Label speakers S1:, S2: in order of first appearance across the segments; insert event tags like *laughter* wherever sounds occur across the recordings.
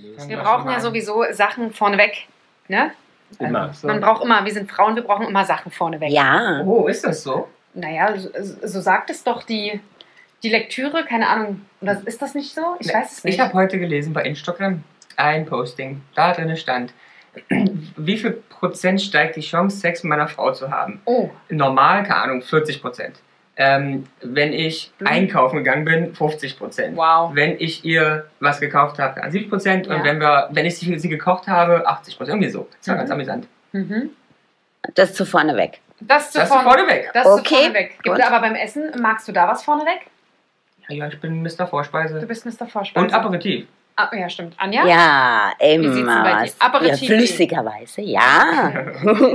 S1: lösen.
S2: Wir brauchen ja sowieso Sachen vorneweg. Ne?
S3: Immer.
S1: So.
S2: Man braucht immer, wir sind Frauen, wir brauchen immer Sachen vorneweg.
S4: Ja.
S3: Oh, ist das so?
S2: Naja, so, so sagt es doch die, die Lektüre, keine Ahnung. Oder ist das nicht so? Ich
S3: Nee,
S2: weiß es nicht.
S3: Ich habe heute gelesen bei Instagram ein Posting. Da drin stand, wie viel Prozent steigt die Chance, Sex mit meiner Frau zu haben?
S2: oh,
S3: Normal, keine Ahnung, 40 Prozent. Ähm, wenn ich
S2: Mhm.
S3: einkaufen gegangen bin, 50 Prozent.
S2: wow.
S3: Wenn ich ihr was gekauft habe, an 70 Prozent. Und
S2: Ja.
S3: wenn, wir, wenn ich sie für sie gekocht habe, 80 Prozent. Irgendwie so. Das war
S2: Mhm.
S3: ganz amüsant.
S2: Mhm.
S4: Das zu vorneweg.
S2: Das zu
S3: Das ist
S2: vorne.
S3: vorneweg.
S2: Das okay.
S4: Okay,
S2: vorneweg. Gibt
S4: gut.
S2: aber beim Essen, magst du da was vorneweg?
S3: Ja, ja, ich bin Mr.
S2: Du
S3: Vorspeise.
S2: bist Mr. Vorspeise.
S3: Und Aperitif.
S2: Ah, ja, stimmt. Anja?
S4: Ja,
S2: Wie sieht's denn bei
S4: immer.
S2: dir?
S4: was. Ja,
S2: Aperitif.
S4: flüssigerweise,
S2: Ah.
S3: *laughs*
S2: *laughs*
S4: ja.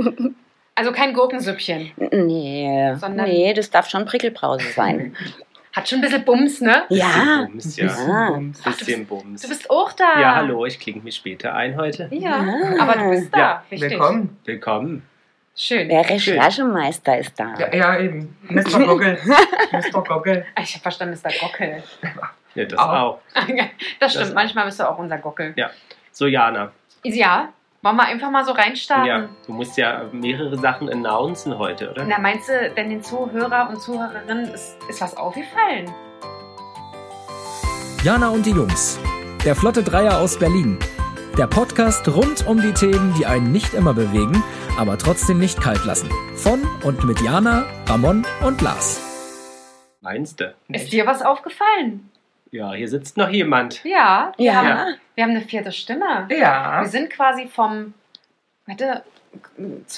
S2: Also kein Gurkensüppchen.
S4: nee.
S2: Sondern-
S4: nee, das darf schon Prickelbrause sein.
S2: *laughs* Hat schon ein bisschen Bums, ne?
S4: ja.
S1: Bums, ja.
S4: Ah.
S3: Bums.
S1: Bisschen Bums.
S2: Du bist auch da.
S1: Ja, hallo, ich klinge mich später ein heute.
S2: Ja,
S4: Ah.
S2: aber du bist da.
S1: Ja,
S2: Richtig.
S3: Willkommen.
S1: Willkommen.
S2: Schön.
S4: Der Recherchemeister ist da.
S3: Ja, ja,
S2: *laughs*
S3: eben. Mr. *laughs* Gockel. Mr. Gockel.
S2: Ah, Ich habe verstanden, ist der Gockel.
S1: Ja, das
S3: Auch.
S1: auch.
S2: Das stimmt,
S1: auch.
S2: manchmal bist du auch unser Gockel.
S1: So, Jana,
S2: Ja, wollen wir einfach mal so reinstarten?
S1: ja, du musst ja mehrere Sachen announcen heute, oder?
S2: Na, meinst du, denn den Zuhörer und Zuhörerinnen ist, ist was aufgefallen?
S5: Jana und die Jungs. Der Flotte Dreier aus Berlin. Der Podcast rund um die Themen, die einen nicht immer bewegen, aber trotzdem nicht kalt lassen. Von und mit Jana, Ramon und Lars.
S1: Meinst du?
S2: *laughs* Ist dir was aufgefallen?
S1: Ja, hier sitzt noch jemand.
S2: Ja. Wir,
S4: Ja.
S2: Haben, wir haben eine vierte Stimme. Wir
S3: Ja.
S2: sind quasi vom. Warte,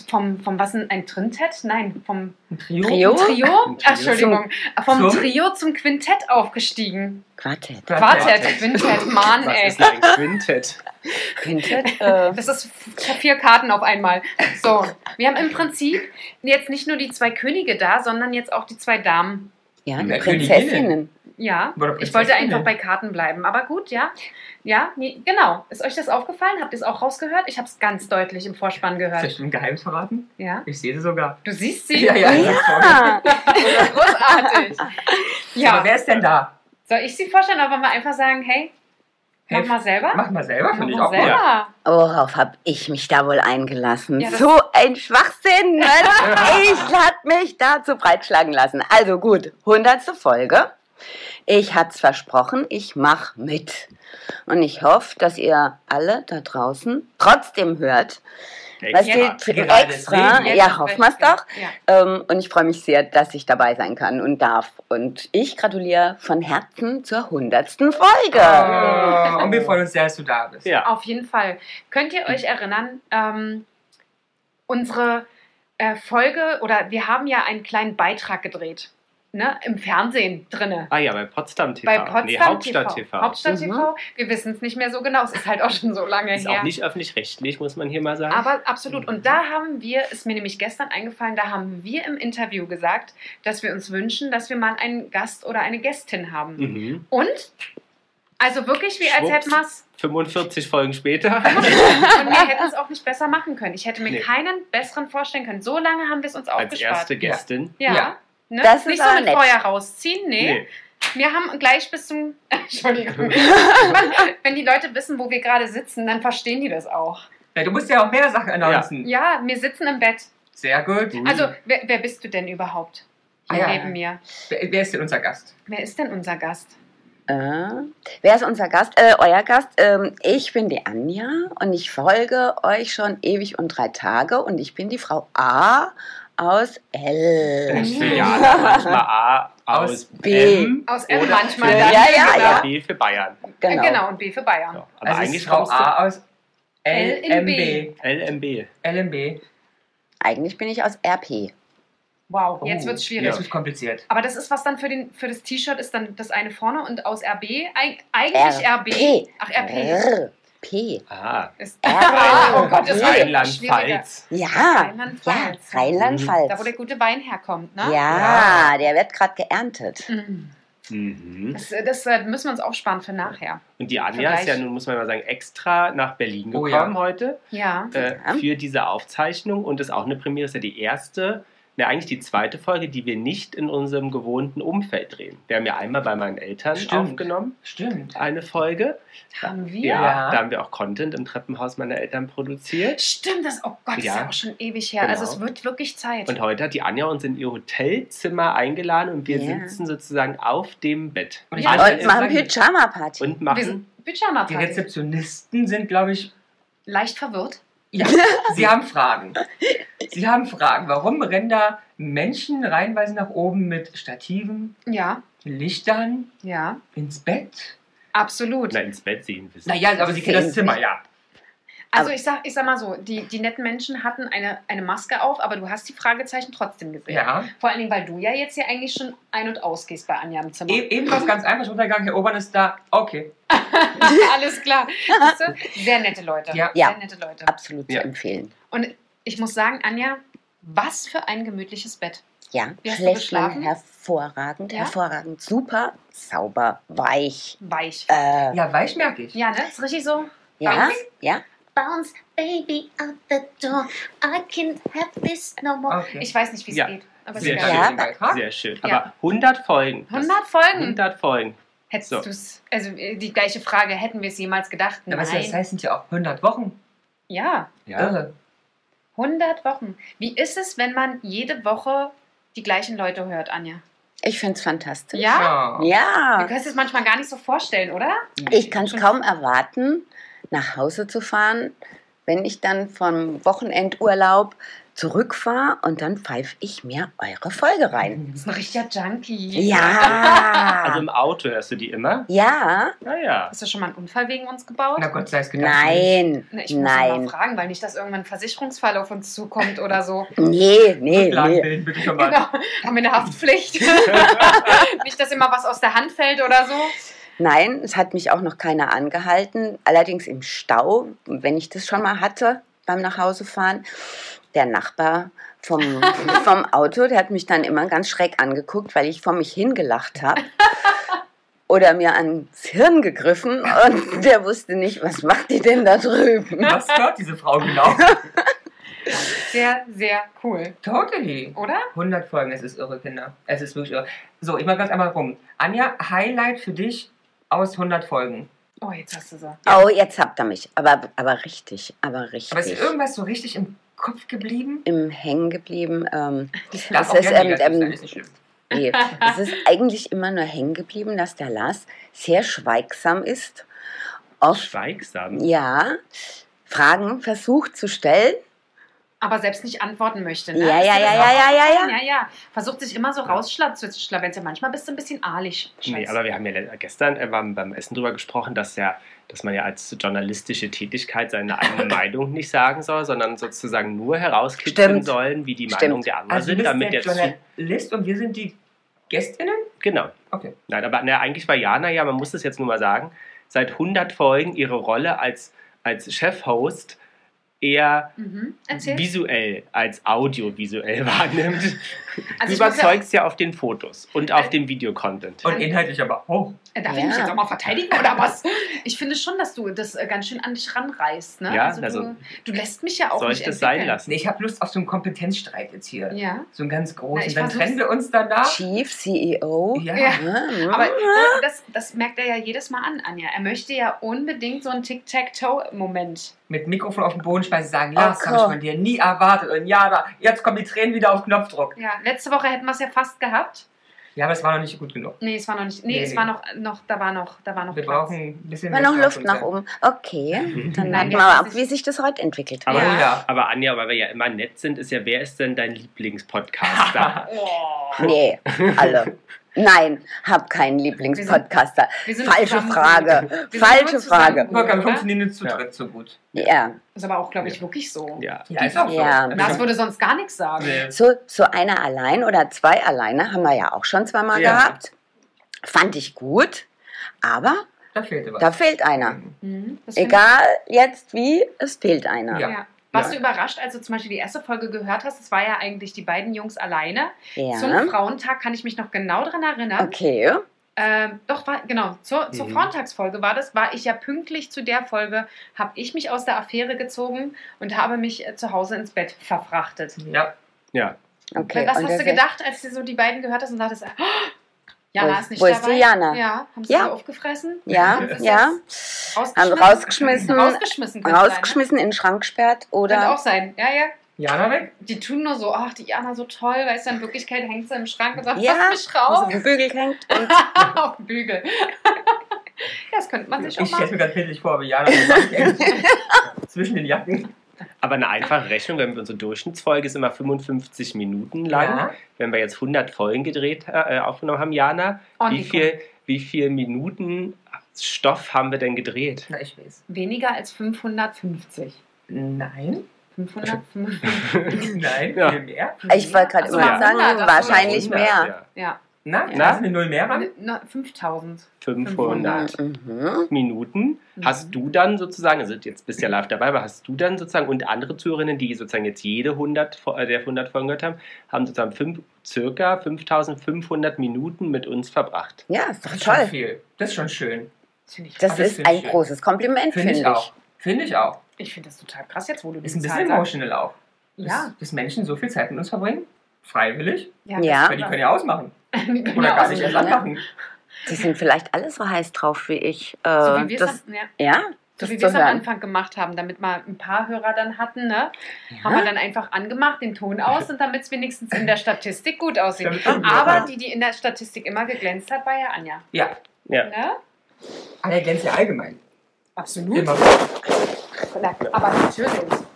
S2: vom, vom was ein Trintett? Nein, vom
S3: Ein Trio.
S4: Trio?
S2: Trio?
S1: Trio.
S2: Entschuldigung. Vom
S3: Zum-
S2: Trio zum Quintett aufgestiegen.
S4: Quartett.
S2: Quartett, Quintett, Mann,
S1: Was
S2: ey.
S1: ist denn ein Quintett?
S4: *laughs* Quintett. Äh,
S2: Das ist vier Karten auf einmal. So, wir haben im Prinzip jetzt nicht nur die zwei Könige da, sondern jetzt auch die zwei Damen.
S4: ja, die
S3: Ja,
S2: *laughs*
S4: Prinzessinnen.
S2: Ja,
S3: Oder
S2: ich wollte
S3: Prinzessinnen.
S2: einfach bei Karten bleiben. Aber gut, ja. Ja, nee, genau. Ist euch das aufgefallen? Habt ihr es auch rausgehört? Ich habe es ganz deutlich im Vorspann
S3: Soll
S2: gehört.
S3: ich ein Geheimnis verraten?
S2: Ja.
S3: Ich sehe sie sogar.
S2: Du siehst sie?
S3: Ja, ja, ja.
S4: Ah,
S3: *laughs*
S2: Großartig.
S3: Aber
S2: Ja.
S3: wer ist denn da?
S2: Soll ich sie vorstellen oder wollen wir einfach sagen, hey, mach
S3: Hey,
S2: mal selber?
S3: Mach mal selber,
S2: Mach
S3: finde ich
S2: mal
S3: auch
S2: selber.
S3: gut.
S4: worauf habe ich mich da wohl eingelassen?
S2: Ja, das-
S4: so
S2: *laughs*
S4: ein Schwachsinn. Ne? Ich hab mich dazu breitschlagen lassen. Also gut, hundertste Folge. Ich hat's versprochen, ich mach mit. Und ich hoffe, dass ihr alle da draußen trotzdem hört. Was
S1: Extra.
S4: die
S3: gerade
S4: extra,
S3: deswegen.
S4: ja, hoffen wir's doch.
S2: Ja.
S4: Ähm, und ich freue mich sehr, dass ich dabei sein kann und darf. Und ich gratuliere von Herzen zur hundertsten Folge.
S3: Oh, und wir freuen uns sehr, dass du da bist.
S1: Ja, Hm.
S2: Auf jeden Fall. Könnt ihr euch erinnern, ähm, unsere äh, Folge oder wir haben ja einen kleinen Beitrag gedreht, ne, im Fernsehen drinne.
S1: ah ja, bei Potsdam TV.
S2: Bei Potsdam
S1: nee, Hauptstadt
S2: TV.
S1: TV.
S2: Hauptstadt TV. Wir wissen es nicht mehr so genau. Es ist halt auch schon so lange
S1: Ist
S2: her.
S1: auch nicht Mhm. öffentlich-rechtlich, muss man hier mal sagen.
S2: Aber absolut. Und da haben wir, ist mir nämlich gestern eingefallen, da haben wir im Interview gesagt, dass wir uns wünschen, dass wir mal einen Gast oder eine Gästin haben.
S1: mhm.
S2: Und? Also wirklich, wie als
S1: Schwupps.
S2: hätten wir es
S1: 45 Folgen später.
S2: Und wir hätten es auch nicht besser machen können. Ich hätte mir
S1: Nee.
S2: keinen besseren vorstellen können. So lange haben wir es uns
S1: Als
S2: aufgespart.
S1: erste Gästin.
S2: Ja.
S3: Ja.
S2: Ne?
S4: Das ist
S2: nicht so
S4: aber
S2: mit
S4: nett.
S2: Feuer rausziehen, nee.
S1: Nee.
S2: Wir haben gleich bis zum. *laughs* Entschuldigung. Wenn die Leute wissen, wo wir gerade sitzen, dann verstehen die das auch.
S3: Ja, du musst ja auch mehr Sachen announcen.
S2: Ja, wir sitzen im Bett.
S3: Sehr gut.
S1: Mhm.
S2: Also, wer, wer bist du denn überhaupt? Hier
S3: Ah, ja.
S2: neben mir.
S3: Wer, wer ist denn unser Gast?
S2: Wer ist denn unser Gast?
S4: Äh, wer ist unser Gast? Äh, euer Gast? Ähm, ich bin die Anja und ich folge euch schon ewig und drei Tage und ich bin die Frau A aus L.
S1: Ich will ja manchmal A aus,
S3: Aus
S4: B.
S1: M.
S2: Aus M
S1: Oder
S2: manchmal.
S1: für-
S2: dann,
S4: Ja, ja,
S2: genau.
S4: ja.
S1: B für Bayern.
S2: Genau.
S4: Genau.
S2: und B für Bayern.
S1: So. Aber
S3: Also
S1: eigentlich
S3: ist Frau
S1: kommst du
S3: A aus
S2: LNB.
S3: LMB.
S1: LMB.
S3: LMB.
S4: Eigentlich bin ich aus RP.
S2: Wow,
S3: Oh,
S2: jetzt wird es schwierig.
S3: Jetzt wird kompliziert.
S2: Aber das ist was dann für, den, für das T-Shirt ist dann das eine vorne und aus RB, eig- eigentlich RB.
S4: P.
S2: Ach, RP.
S4: R. P.
S1: Ah,
S2: Ist, *laughs*
S4: R.
S2: Ah, oh Gott, das war
S1: Rheinland-Pfalz.
S4: Ja, Ah, ja,
S2: Rheinland-Pfalz.
S4: Rheinland-Pfalz.
S2: Da, wo der gute Wein herkommt, ne?
S4: ja, der wird gerade geerntet.
S2: Mhm.
S1: Mhm.
S2: Das, das äh, müssen wir uns aufsparen für nachher.
S1: Und die Anja ist ja
S2: Vergleich.
S1: nun, muss man mal sagen, extra nach Berlin
S3: Oh
S1: gekommen
S3: ja.
S1: heute
S2: Ja.
S1: äh,
S4: Ja.
S1: für diese Aufzeichnung. Und das ist auch eine Premiere, ist ja die erste na, eigentlich die zweite Folge, die wir nicht in unserem gewohnten Umfeld drehen. Wir haben ja einmal bei meinen Eltern
S3: Stimmt.
S1: aufgenommen,
S3: Stimmt.
S1: eine Folge.
S2: Haben wir?
S1: Ja,
S3: Ja.
S1: da haben wir auch Content im Treppenhaus meiner Eltern produziert.
S2: Stimmt, das, oh Gott,
S1: Ja.
S2: ist ja auch schon ewig her. Also
S1: Genau.
S2: es wird wirklich Zeit.
S1: Und heute hat die Anja uns in ihr Hotelzimmer eingeladen und wir
S4: Ja.
S1: sitzen sozusagen auf dem Bett.
S3: Und ich
S2: Ja,
S3: muss
S2: und
S4: Und
S3: jetzt
S4: machen
S3: sagen,
S4: Pyjama-Party.
S1: Und
S2: wir
S1: machen
S2: sind pyjama
S3: Die Rezeptionisten sind, glaube ich,
S2: Leicht verwirrt.
S3: ja, sie haben Fragen. Sie haben Fragen. Warum rennen da Menschen reihenweise nach oben mit Stativen,
S2: Ja,
S3: Lichtern,
S2: ja,
S3: ins Bett?
S2: absolut.
S1: na, ins Bett sehen wissen.
S3: Naja, aber sie kennen das Zimmer, ja.
S2: Also
S4: Aber-
S2: ich sag, ich sag mal so, die, die netten Menschen hatten eine, eine Maske auf, aber du hast die Fragezeichen trotzdem gesehen.
S3: Ja.
S2: Vor allen Dingen, weil du ja jetzt hier eigentlich schon ein- und ausgehst bei Anja im Zimmer.
S3: E eben was ganz einfach runtergegangen, Herr Obern ist da. Okay.
S2: *laughs* Alles klar. Siehst du? Sehr nette Leute.
S3: Ja.
S4: Ja.
S2: Sehr nette Leute.
S4: Absolut
S1: Ja.
S4: zu empfehlen.
S2: Und ich muss sagen, Anja, was für ein gemütliches Bett.
S4: Ja,
S2: Wie hast du
S4: Schlechmann,
S2: geschlafen?
S4: hervorragend,
S2: Ja?
S4: hervorragend, super, sauber, weich.
S2: Weich.
S4: Äh,
S3: Ja, weich merke ich.
S2: Ja, ne? Ist richtig so?
S4: ja,
S2: weich?
S4: ja.
S6: bounce baby out the door. I can't have this no more.
S3: Okay.
S2: Ich weiß nicht, wie es
S1: Ja.
S2: geht. Aber ist
S1: Sehr
S2: egal.
S1: schön.
S4: Ja.
S3: Den Beitrag.
S1: Sehr schön.
S2: Ja.
S1: Aber 100 Folgen. Das-
S2: 100 Folgen.
S1: 100 Folgen.
S2: Hättest
S1: So.
S2: du es, also äh, die gleiche Frage, hätten wir es jemals gedacht?
S3: Ja,
S2: Nein.
S3: weißt du, das heißt, sind ja auch 100 Wochen.
S2: ja,
S3: Irre.
S2: 100 Wochen. Wie ist es, wenn man jede Woche die gleichen Leute hört, Anja?
S4: Ich finde es fantastisch.
S2: Ja?
S3: Ja.
S2: Du
S4: Ja,
S2: kannst es manchmal gar nicht so vorstellen, oder?
S4: ich kann es kaum erwarten, nach Hause zu fahren, wenn ich dann vom Wochenendurlaub zurückfahre und dann pfeife ich mir eure Folge rein.
S2: Du bist ein richtiger Junkie.
S4: Ja,
S1: Also im Auto hörst du die immer?
S4: ja,
S1: Naja.
S2: Hast du schon mal einen Unfall wegen uns gebaut?
S3: Na Gott sei es gedacht.
S4: nein,
S2: Na, ich muss Nein. mal
S4: nein,
S2: fragen, weil nicht, dass irgendwann ein Versicherungsfall auf uns zukommt oder
S4: *laughs*
S2: so.
S4: nee, nee, nee.
S3: Lagenbilden bitte schon mal.
S2: Genau, haben wir eine
S4: *laughs*
S2: Haftpflicht. nicht, dass immer was aus der Hand fällt oder so.
S4: Nein, es hat mich auch noch keiner angehalten. Allerdings im Stau, wenn ich das schon mal hatte beim Nachhausefahren, der Nachbar
S3: *laughs*
S4: vom, vom Auto, der hat mich dann immer ganz schräg angeguckt, weil ich vor mich hingelacht habe. Oder mir ans Hirn gegriffen
S3: *laughs*
S4: und der wusste nicht, was macht die denn da drüben?
S3: Was hört diese Frau genau?
S2: Sehr, sehr cool,
S3: totally.
S2: oder?
S3: 100 Folgen, es ist irre, Kinder. Es ist wirklich irre. So, ich mache ganz einmal rum. Anja, Highlight für dich aus 100 Folgen.
S2: Oh, jetzt hast du so.
S4: Oh, jetzt habt ihr mich. Aber, aber richtig, aber richtig.
S3: Aber ist dir irgendwas so richtig im Kopf geblieben?
S4: Im Hängen geblieben. Ähm,
S3: Darf
S4: Das
S3: auch
S4: ist,
S3: gerne negativ
S4: ähm, ähm,
S3: sein, ist nicht schlimm.
S2: *laughs*
S4: Nee, es ist eigentlich immer nur hängen geblieben, dass der Lars sehr schweigsam ist, oft Oh,
S1: Schweigsam.
S4: ja, Fragen versucht zu stellen.
S2: Aber selbst nicht antworten möchte. Ne?
S4: Ja,
S2: Hast
S4: ja,
S2: du
S4: ja,
S2: das
S4: ja, ja, ja,
S2: Ja,
S4: ja.
S2: ja. Versucht sich immer so rausschlawenzeln. Manchmal bist du ein bisschen ahlig.
S1: Nee,
S2: Schatz.
S1: aber wir haben ja le- gestern äh, beim, beim Essen drüber gesprochen, dass ja, dass man ja als journalistische Tätigkeit seine eigene Meinung nicht sagen soll, sondern sozusagen nur herauskitzeln
S4: Stimmt.
S1: sollen, wie die
S4: Stimmt.
S1: Meinung der anderen
S3: Also, du
S1: sind,
S3: bist
S1: damit
S3: der
S1: der Zuh-
S3: Journalist und wir sind die GästInnen?
S1: Genau.
S3: Okay.
S1: Nein, aber na, eigentlich war Jana ja, man muss das jetzt nur mal sagen, seit 100 Folgen ihre Rolle als, als Chefhost eher
S2: Mhm. Erzähl.
S1: visuell als audiovisuell *laughs* wahrnimmt. du
S2: Also ich muss ja,
S1: überzeugst ja auf den Fotos und auf dem Videocontent.
S3: Und inhaltlich aber auch.
S2: äh, darf ich mich
S4: Ja.
S2: jetzt auch mal verteidigen oder
S1: *laughs*
S2: was? Ich finde schon, dass du das äh, ganz schön an dich ranreißt. Ne?
S1: Ja,
S2: also du,
S1: also-
S2: du lässt mich ja auch
S1: Soll
S2: nicht
S1: ich das sein
S2: entwickeln.
S1: lassen?
S3: Nee, ich habe Lust auf so einen Kompetenzstreit jetzt hier.
S2: Ja.
S3: So einen ganz
S2: Na,
S3: großen.
S2: ich
S3: Dann
S2: versuch's.
S3: trennen wir uns danach.
S4: Chief, CEO.
S3: Ja.
S2: Ja.
S4: Hm.
S2: Aber äh, das, das merkt er ja jedes Mal an, Anja. Er möchte ja unbedingt so einen Tic-Tac-Toe-Moment.
S3: Mit Mikrofon auf den Boden schmeißen, sagen, Lars,
S4: Oh,
S3: habe ich
S4: Gott.
S3: von dir nie erwartet. Und ja, da, jetzt kommen die Tränen wieder auf Knopfdruck.
S2: Ja, letzte Woche hätten wir es ja fast gehabt.
S3: Ja, aber es war noch nicht gut genug.
S2: Nee, es war noch nicht. Nee,
S3: Nee,
S2: es
S3: nee.
S2: war noch, noch, da war noch, da war noch
S3: Wir
S2: Platz.
S3: brauchen ein bisschen
S4: Immer noch
S3: Platz
S4: Luft
S3: auf
S4: nach
S3: uns.
S4: oben.
S3: *laughs*
S4: Okay, dann
S2: Nein, wir
S4: warten wir mal
S2: haben
S4: ab,
S2: sich-
S4: wie sich das heute entwickelt hat.
S1: Aber,
S3: Ja. Ja.
S1: aber Anja, weil wir ja immer nett sind, ist ja, wer ist denn dein
S2: *laughs*
S1: Lieblingspodcaster?
S2: Oh.
S4: Nee,
S2: *laughs*
S4: alle. Nein, hab keinen Lieblingspodcaster.
S2: Wir sind
S4: Falsche
S2: zusammen-
S4: Frage.
S2: Wir sind
S4: Falsche
S2: nur zusammen
S4: Frage.
S2: gut,
S3: Volker, wir
S2: oder?
S3: funktionieren zu dritt so gut.
S4: Ja.
S2: Ist aber auch, glaube ich,
S1: Ja.
S2: wirklich so.
S1: Ja.
S3: Ja, ist auch so.
S4: Ja.
S2: Lars würde sonst gar nichts sagen.
S3: Nee.
S4: So, so einer allein oder zwei alleine haben wir ja auch schon zweimal
S3: Ja.
S4: gehabt. Fand ich gut, aber
S3: Da fehlte was.
S4: da fehlt einer.
S2: Mhm, das finde
S4: Egal jetzt wie, es fehlt einer.
S2: ich-
S3: Ja.
S2: Ja. Warst
S1: Ja.
S2: du überrascht, als du zum Beispiel die erste Folge gehört hast? Es war ja eigentlich die beiden Jungs alleine. Zum
S4: Ja.
S2: Frauentag kann ich mich noch genau dran erinnern.
S4: Okay.
S2: Ähm, doch, war, genau, zur, zur
S1: Mhm.
S2: Frauentagsfolge war das, war ich ja pünktlich zu der Folge, habe ich mich aus der Affäre gezogen und habe mich äh, zu Hause ins Bett verfrachtet.
S3: Ja.
S1: ja.
S4: Okay.
S2: Weil was
S4: und
S2: hast
S4: das
S2: du
S4: ist-
S2: gedacht, als du so die beiden gehört hast und dachtest, oh, Jana
S4: Wo ist-
S2: ist nicht
S4: wo ist
S2: dabei?
S4: die Jana?
S2: Ja, haben sie
S4: Ja.
S2: sie aufgefressen? *laughs*
S4: Ja,
S2: Ist
S4: *laughs*
S2: das
S4: ja. Haben
S2: Rausgeschmissen?
S4: rausgeschmissen,
S2: rausgeschmissen könnte Sein,
S4: rausgeschmissen, in den Schrank gesperrt
S2: ne? Könnte auch
S4: oder.
S2: sein. Ja, ja.
S3: Jana weg?
S2: Die tun nur so, ach, die Jana so toll, weißt du, in Wirklichkeit hängt sie im Schrank und sagt,
S4: Ja.
S2: lass mich
S4: Aus *laughs*
S2: raus.
S4: dem Bügel hängt.
S2: Auf dem Bügel. *laughs* Ja, das könnte man sich
S3: Ich
S2: schon
S3: stelle mir
S2: machen.
S3: gerade bildlich vor, wie Jana so lang *laughs* zwischen den Jacken.
S1: Aber eine einfache Rechnung, wenn wir unsere Durchschnittsfolge ist immer 55 Minuten lang.
S3: Ja.
S1: Wenn wir jetzt 100 Folgen gedreht, äh, aufgenommen haben, Jana,
S2: Oh,
S1: wie
S2: Nico,
S1: viel, wie viel Minuten Stoff haben wir denn gedreht?
S3: Na, ich weiß.
S2: Weniger als 550.
S3: *laughs* Nein.
S2: 555.
S3: Nein,
S1: Ja.
S3: viel mehr.
S4: Ich wollte gerade
S2: Also
S4: immer
S1: ja.
S4: sagen,
S2: 100,
S4: wahrscheinlich
S1: 100,
S4: mehr.
S1: Ja.
S2: Ja.
S3: Na,
S4: Ja.
S3: lassen wir null mehr ran.
S2: Na, 5000.
S1: 500
S4: Mhm.
S1: Minuten.
S2: Mhm.
S1: Hast du dann sozusagen, also jetzt bist du ja live dabei, aber hast du dann sozusagen und andere Zuhörerinnen, die sozusagen jetzt jede 100, Fo- äh, der 100 Folgen gehört haben, haben sozusagen fünf, circa 5500 Minuten mit uns verbracht.
S4: Ja, ist doch
S3: Das ist schon
S4: toll.
S3: viel. Das ist schon schön.
S2: Das finde ich,
S4: Das
S3: das
S4: ist
S3: finde
S4: ein
S3: ich schön.
S4: großes Kompliment,
S3: Finde
S4: finde
S3: ich auch. Finde ich auch.
S2: ich finde das total krass jetzt, wo du
S3: Ist
S2: die
S3: ein
S2: Zahl
S3: bisschen
S2: sagst.
S3: emotional auch.
S2: Ja.
S3: Dass, dass Menschen so viel Zeit mit uns verbringen. Freiwillig.
S2: Ja.
S4: Ja.
S3: Weil die können ja ausmachen.
S2: Die können *laughs*
S3: Oder
S2: ja
S3: gar
S2: auch
S3: nicht
S2: so-
S3: erst anmachen.
S4: Die sind vielleicht alle so heiß drauf wie ich. Äh,
S2: Also, So wie wir
S4: das,
S2: es am, ja,
S4: ja,
S2: so
S4: das
S2: wie
S4: zu
S2: wir es am
S4: hören.
S2: Anfang gemacht haben, damit wir ein paar Hörer dann hatten, ne? Haben wir dann einfach angemacht, den Ton aus und damit es wenigstens in der Statistik gut aussieht.
S3: Stimmt.
S2: Aber die, die in der Statistik immer geglänzt hat, war ja Anja.
S3: Ja.
S1: Ja.
S2: Ne?
S3: Alle glänzen ja allgemein.
S2: Absolut.
S3: Immer.
S2: Na, Aber natürlich.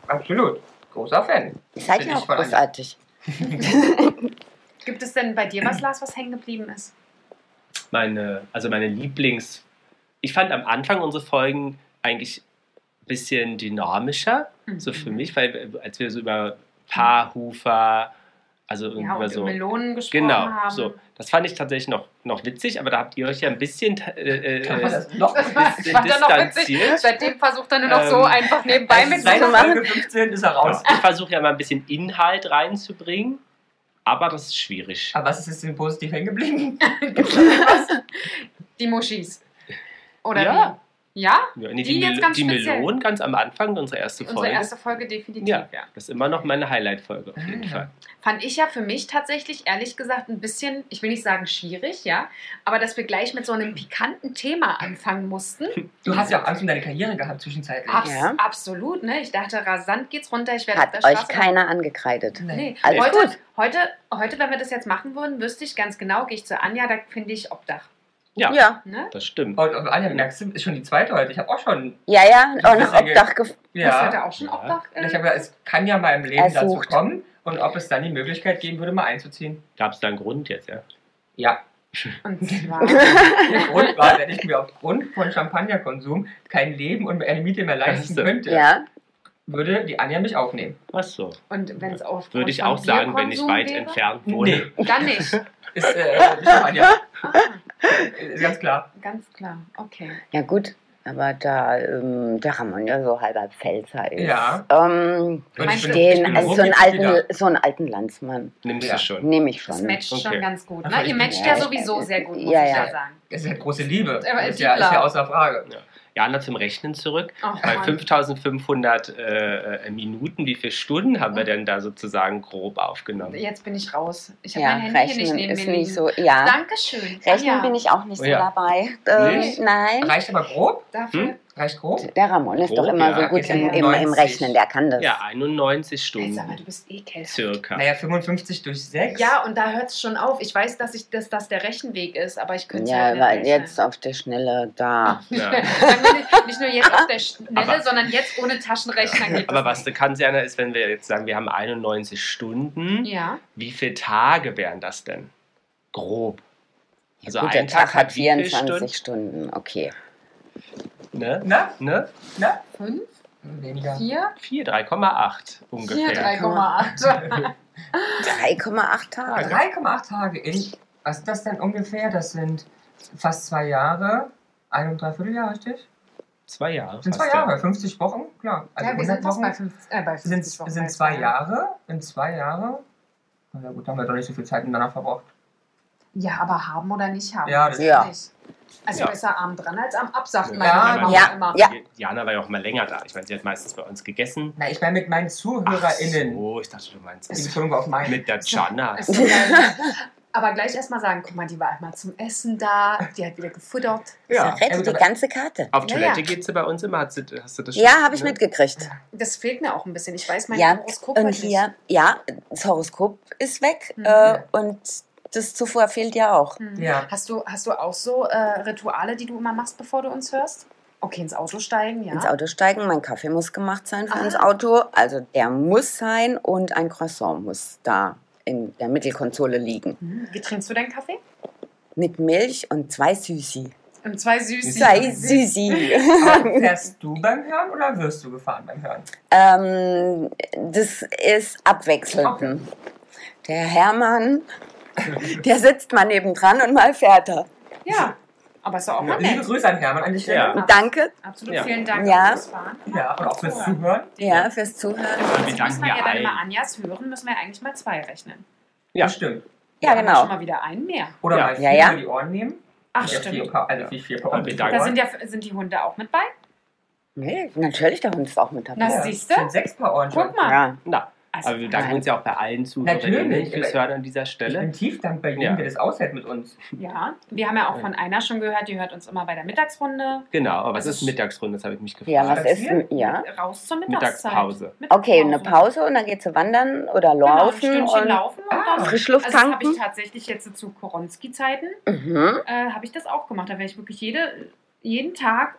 S3: Absolut. Großer Fan.
S4: Ihr seid
S3: Bin
S4: ja
S3: ich
S4: auch
S3: von einer.
S4: großartig.
S2: Gibt es denn bei dir was, Lars, was hängen geblieben ist?
S1: meine, also meine Lieblings. Ich fand am Anfang unsere Folgen eigentlich ein bisschen dynamischer,
S4: Hm.
S1: so für mich, weil wir- als wir so über Paarhufer, also
S2: Ja,
S1: über
S2: und
S1: so.
S2: über Melonen gesprochen
S1: Genau,
S2: haben.
S1: so. Das fand ich tatsächlich noch, noch witzig, aber da habt ihr euch ja ein bisschen äh,
S3: Kann
S1: *laughs*
S3: man
S1: äh,
S3: das noch?
S2: *laughs* Das war,
S1: bisschen
S2: war dann noch witzig.
S1: distanziert.
S2: Seitdem versucht er nur noch
S1: Ähm,
S2: so einfach nebenbei
S3: Bei Seit
S2: mitzumachen.
S3: Folge 15 ist er raus.
S1: Ja. Ich versuche ja mal ein bisschen Inhalt reinzubringen, aber das ist schwierig.
S3: Aber was ist jetzt denn positiv hängen geblieben?
S2: *laughs* Die Moschis. Oder
S1: Ja.
S2: wie? Ja?
S1: Ja, nee,
S2: die
S1: die
S2: jetzt
S1: Mel-
S2: ganz
S1: die
S2: speziell.
S1: Melonen ganz am Anfang, unsere erste
S2: Unsere
S1: Folge.
S2: erste Folge definitiv, ja.
S1: Ja. Das ist immer noch meine Highlight-Folge auf jeden
S3: Ah, ja.
S1: Fall.
S2: Fand ich ja für mich tatsächlich, ehrlich gesagt, ein bisschen, ich will nicht sagen schwierig, ja, aber dass wir gleich mit so einem pikanten Thema
S1: *laughs*
S2: anfangen mussten.
S3: Du hast ja auch Angst um deine Karriere gehabt zwischenzeitlich.
S2: Abs
S4: Ja.
S2: Absolut, ne? Ich dachte, rasant geht's runter, ich werde auf
S4: Hat
S2: der
S4: euch
S2: Straße.
S4: keiner angekreidet.
S2: Nee,
S4: Alles
S2: heute,
S4: gut.
S2: Heute, heute, wenn wir das jetzt machen würden, wüsste ich ganz genau, gehe ich zu Anja, da finde ich Obdach.
S1: Ja,
S4: Ja,
S2: Ne?
S1: das stimmt.
S3: Und, und Anja, merkst du, ist schon die zweite heute. Ich habe auch schon.
S4: ja, ja. Und noch
S3: Bisschen
S4: Obdach gef-
S2: Hast du
S3: Ja.
S2: heute auch schon
S1: Ja.
S2: Obdach?
S3: Und
S2: äh,
S3: Ich habe gedacht, es kann ja mal im Leben
S4: Ersucht.
S3: dazu kommen. Und ob es dann die Möglichkeit geben würde, mal einzuziehen.
S1: Gab es da einen Grund jetzt, ja?
S3: Ja.
S1: *laughs*
S2: und zwar,
S3: Der Grund war, dass ich mir aufgrund von Champagnerkonsum kein Leben und eine Miete mehr leisten
S1: Ach so.
S3: könnte,
S4: Ja,
S3: würde die Anja mich aufnehmen.
S1: Ach so.
S2: und wenn es auf
S1: Würde ich auch sagen, wenn ich weit
S2: wäre,
S1: entfernt wohne.
S3: Nee.
S2: Dann nicht.
S1: *laughs*
S3: Ist, äh, Champagner.
S2: Ah,
S3: Ist ganz klar.
S2: ganz klar. Okay.
S4: ja gut. Aber da, ähm, der Ramon ja so halber Pfälzer ist.
S3: Ja.
S4: Ähm,
S3: Und
S2: Meinst du,
S4: den,
S2: bin
S4: also so, einen
S3: ruckzuck wieder.
S4: alten, so einen alten Landsmann
S1: Nimmst
S3: Ja.
S1: du schon.
S4: nehme ich
S2: Das
S4: schon.
S2: matcht
S1: Okay.
S2: schon ganz gut.
S3: Ach,
S2: Ne?
S3: ich
S2: Ihr
S3: bin-
S2: matcht
S4: ja,
S2: ja
S4: ich-
S2: sowieso sehr gut, muss
S4: ja,
S2: ich
S4: ja.
S2: ja sagen.
S3: Das ist halt große Liebe.
S2: Aber
S3: ist
S2: die
S3: ja, ist ja
S2: Liebe.
S3: außer Frage.
S1: Jana zum Rechnen zurück.
S2: Oh,
S1: Bei
S2: Mann.
S1: 5500 äh, äh, Minuten, wie viele Stunden haben wir denn da sozusagen grob aufgenommen?
S2: Jetzt bin ich raus. Ich habe
S4: Ja,
S2: mein Handy hier
S4: Rechnen
S2: nicht neben
S4: ist
S2: mir
S4: nicht
S2: liegen.
S4: so. Ja.
S2: Dankeschön. Ah
S4: Rechnen
S2: Anja,
S4: bin ich auch nicht so
S1: Oh ja.
S4: dabei. Ähm,
S1: Nicht?
S4: Nein.
S3: Reicht aber grob.
S2: Dafür.
S1: Hm?
S3: Reicht grob.
S4: Der Ramon ist doch
S1: Grob,
S4: immer
S1: ja.
S4: so gut
S3: Okay,
S4: im, im, im
S3: 90.
S4: Rechnen, der kann das.
S1: Ja, 91
S2: Ey, sag mal, du
S1: Stunden
S2: bist eh kälter.
S1: circa.
S3: Naja, 55 durch 6.
S2: Ja, und da hört es schon auf. Ich weiß, dass, ich, dass das der Rechenweg ist, aber ich könnte es
S4: Ja,
S2: nicht
S4: weil
S2: rechnen.
S4: jetzt auf der Schnelle da.
S2: *laughs*
S1: Ja.
S2: Dann nicht, nicht nur jetzt auf der Schnelle,
S1: Aber-
S2: sondern jetzt ohne Taschenrechner geht
S1: Aber
S2: das
S1: was du
S2: nicht.
S1: kannst, Jana, ist, wenn wir jetzt sagen, wir haben 91 Stunden,
S2: Ja,
S1: wie viele Tage wären das denn? Grob. Also
S4: gut,
S1: ein
S4: der Tag, hat
S1: wie viele
S4: 24 Stunden. Okay.
S1: Stunden. Ne?
S3: Na?
S1: Ne?
S2: fünf,
S3: Weniger.
S2: vier,
S1: 4, 3,8
S2: vier,
S1: ungefähr.
S3: Also
S2: 3,8.
S4: 3,8 Tage.
S3: 3,8 Tage in. Was ist das denn ungefähr? Das sind fast zwei Jahre. Ein und dreiviertel Jahr, richtig?
S1: Zwei Jahre.
S3: Das sind zwei
S1: fast, ja.
S3: Jahre. 50 Wochen, klar. Also
S2: ja, wir sind
S3: 100
S2: fast
S3: Wochen.
S2: bei, fünf, äh, bei 50
S3: sind,
S2: Wochen.
S3: sind
S2: bei
S3: zwei Jahre. In zwei Jahre. Na ja, gut, da haben wir doch nicht so viel Zeit miteinander verbraucht.
S2: Ja, aber haben oder nicht haben.
S3: Ja,
S2: das
S3: das
S4: Ja.
S2: nicht. Also
S1: Ja.
S2: besser arm dran als am Absagen.
S1: Ja.
S2: meine
S3: Ja,
S2: Mama
S4: ja,
S2: immer.
S4: ja.
S1: Je- Jana war ja auch mal länger da. Ich meine, sie hat meistens bei uns gegessen.
S3: Na, ich meine mit meinen ZuhörerInnen.
S1: so, ich dachte, du meinst
S3: Ich bin schon irgendwo auf meinen.
S1: mit der Jana.
S2: Ist so geil. Aber gleich erstmal sagen, guck mal, die war einmal zum Essen da, die hat wieder gefuttert.
S1: Ja.
S4: Rette
S3: gut,
S4: die
S3: aber-
S4: ganze Karte.
S1: Auf
S2: Ja,
S1: Toilette
S2: ja.
S1: geht sie bei uns immer. Hast du, hast du das schon-
S4: Ja, habe ich
S1: ne?
S4: mitgekriegt.
S2: Das fehlt mir auch ein bisschen. Ich weiß mein
S4: Ja,
S2: Horoskop
S4: Und
S2: heute
S4: hier, ja, das Horoskop ist weg
S2: Mhm.
S4: äh, und das zuvor fehlt ja auch.
S2: nicht. Hm.
S3: Ja.
S2: Hast, du, hast du auch so äh, Rituale, die du immer machst, bevor du uns hörst? Okay, ins Auto steigen, ja.
S4: Ins Auto steigen, mein Kaffee muss gemacht sein für
S2: Ah.
S4: ins Auto. Also der muss sein und ein Croissant muss da in der Mittelkonsole liegen.
S2: Hm. Wie trinkst du deinen Kaffee?
S4: Mit Milch und zwei Süßi.
S2: Ähm, zwei süße.
S4: Zwei Süßi.
S3: Aber fährst du beim Hören oder wirst du gefahren beim Hören?
S4: ähm, das ist abwechselnd.
S3: Okay.
S4: Der Hermann, der sitzt mal nebendran und mal fährt er.
S2: Ja, aber ist doch auch mal
S3: Liebe
S2: nett.
S3: Grüße an Hermann an die Stelle.
S1: Ja.
S4: Danke
S2: Absolut,
S1: Ja.
S2: vielen Dank
S4: Ja.
S2: fürs Fahren.
S3: Ja, und auch fürs Zuhören.
S4: ja, fürs Zuhören.
S1: Und wir
S2: Jetzt muss
S1: danken
S2: man ja
S1: ja
S2: dann immer
S1: allen.
S2: Anjas hören, müssen wir ja eigentlich mal zwei rechnen.
S1: Ja.
S3: Stimmt.
S4: Ja,
S2: Da haben wir Schon
S4: genau.
S2: mal wieder einen mehr.
S3: Oder
S1: Ja.
S3: mal vier
S4: Ja, ja.
S3: über die Ohren nehmen.
S2: Ach,
S3: ja,
S2: stimmt.
S3: Vier, Paar- also vier, vier Paar
S1: Ja,
S3: Ohren.
S1: wir
S2: Da
S1: danken.
S2: sind, ja, sind die Hunde auch mit bei.
S4: Nee, natürlich, der Hund ist auch mit dabei.
S2: Na,
S3: Ja,
S2: siehste?
S3: sind sechs Paar Ohren schon.
S2: Guck mal.
S4: Ja.
S1: Na,
S2: Also,
S1: aber wir danken uns ja auch bei allen Zuhörerinnen
S3: Natürlich.
S1: fürs Hören an dieser
S3: Ich
S1: Stelle.
S3: bin tief dankbar jedem,
S1: Ja.
S3: der das aushält mit uns.
S2: ja, wir haben ja auch von einer schon gehört, die hört uns immer bei der Mittagsrunde.
S1: Genau, aber was ist
S2: Also-
S1: Mittagsrunde? Das habe ich mich gefragt. Äh,
S4: Ja, was ist
S3: Spazieren?
S4: denn? Ja.
S2: Raus zur Mittagszeit.
S1: Mittagspause.
S4: Okay, eine Pause und dann geht sie wandern oder
S2: Genau, ein
S4: laufen
S2: Stündchen
S4: und
S2: laufen und
S3: Ah,
S2: dann.
S4: Frischluft
S2: Also das habe ich
S4: tanken.
S2: tatsächlich jetzt zu Koronski-Zeiten,
S4: Mhm.
S2: äh, habe ich das auch gemacht. Da wäre ich wirklich jede, jeden Tag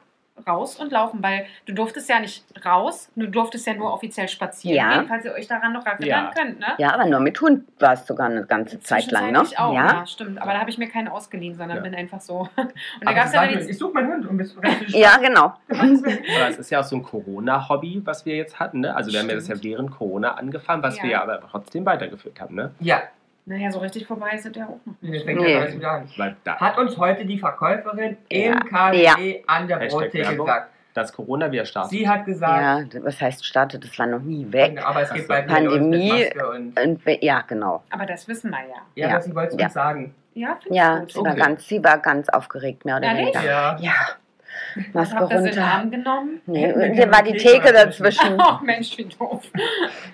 S2: raus und laufen, weil du durftest ja nicht raus, du durftest ja nur offiziell spazieren
S4: Ja.
S2: gehen, falls ihr euch daran noch erinnern
S1: Ja.
S2: könnt. Ne?
S4: Ja, aber nur mit Hund war es sogar eine ganze Zeit lang, ne?
S2: Zwischenzeitlich Auch, ja.
S4: ja.
S2: stimmt. Aber da habe ich mir keinen ausgeliehen, sondern
S1: Ja.
S2: bin einfach so. *laughs* Und da
S3: Aber
S2: gab es
S3: das
S2: ja
S3: war
S2: dann
S3: nur-
S2: die.
S3: ich suche meinen Hund und bist richtig *laughs*
S4: Ja, genau.
S1: Aber es ist ja auch so ein Corona-Hobby, was wir jetzt hatten. Ne? Also wir haben ja das ja
S2: Stimmt.
S1: während Corona angefangen, was wir
S2: Ja.
S1: ja aber trotzdem weitergeführt haben. Ne?
S3: Ja,
S2: Naja, so richtig vorbei sind ja auch noch.
S3: jetzt fängt
S4: Nee.
S3: nee. alles wieder an.
S1: Weil da
S3: Hat uns heute die Verkäuferin
S4: Ja.
S3: im KDE an der
S1: Hashtag
S3: Brottheke
S1: Werbung.
S3: gesagt.
S1: das Corona wieder startet.
S3: Sie hat gesagt, Genau,
S4: Ja, was heißt startet? Das war noch nie weg.
S3: aber es geht bald
S4: Pandemie.
S3: wieder los mit Maske und
S4: Und we- ja, genau.
S2: Aber das wissen wir ja.
S3: ja,
S4: Ja.
S3: das sie wollte
S4: Ja.
S3: uns sagen.
S2: Ja, finde
S4: Ja,
S2: ich
S4: sie
S2: gut.
S4: war
S1: Okay.
S4: ganz, sie war ganz aufgeregt, mehr oder
S2: Ehrlich?
S4: weniger.
S3: Ja.
S4: Ja. Maske
S2: Habt ihr sie in den
S4: runter.
S2: Arm genommen? *laughs*
S4: Nee,
S3: Hätten wir
S4: da war die
S3: die
S4: Theke
S3: Theke
S4: dazwischen,
S2: Ach Mensch, wie doof.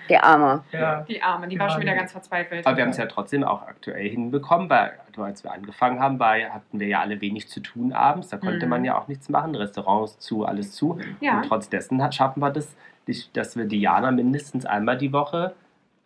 S4: die Arme.
S3: ja.
S2: Die Arme, die war schon wieder ganz verzweifelt.
S1: Aber wir haben es ja trotzdem auch aktuell hinbekommen, weil also als wir angefangen haben, war, ja- hatten wir ja alle wenig zu tun abends. Da konnte
S2: Mhm.
S1: man ja auch nichts machen, Restaurants zu, alles zu.
S2: Ja.
S1: Und trotz dessen hat, schaffen wir das, nicht, dass wir Diana mindestens einmal die Woche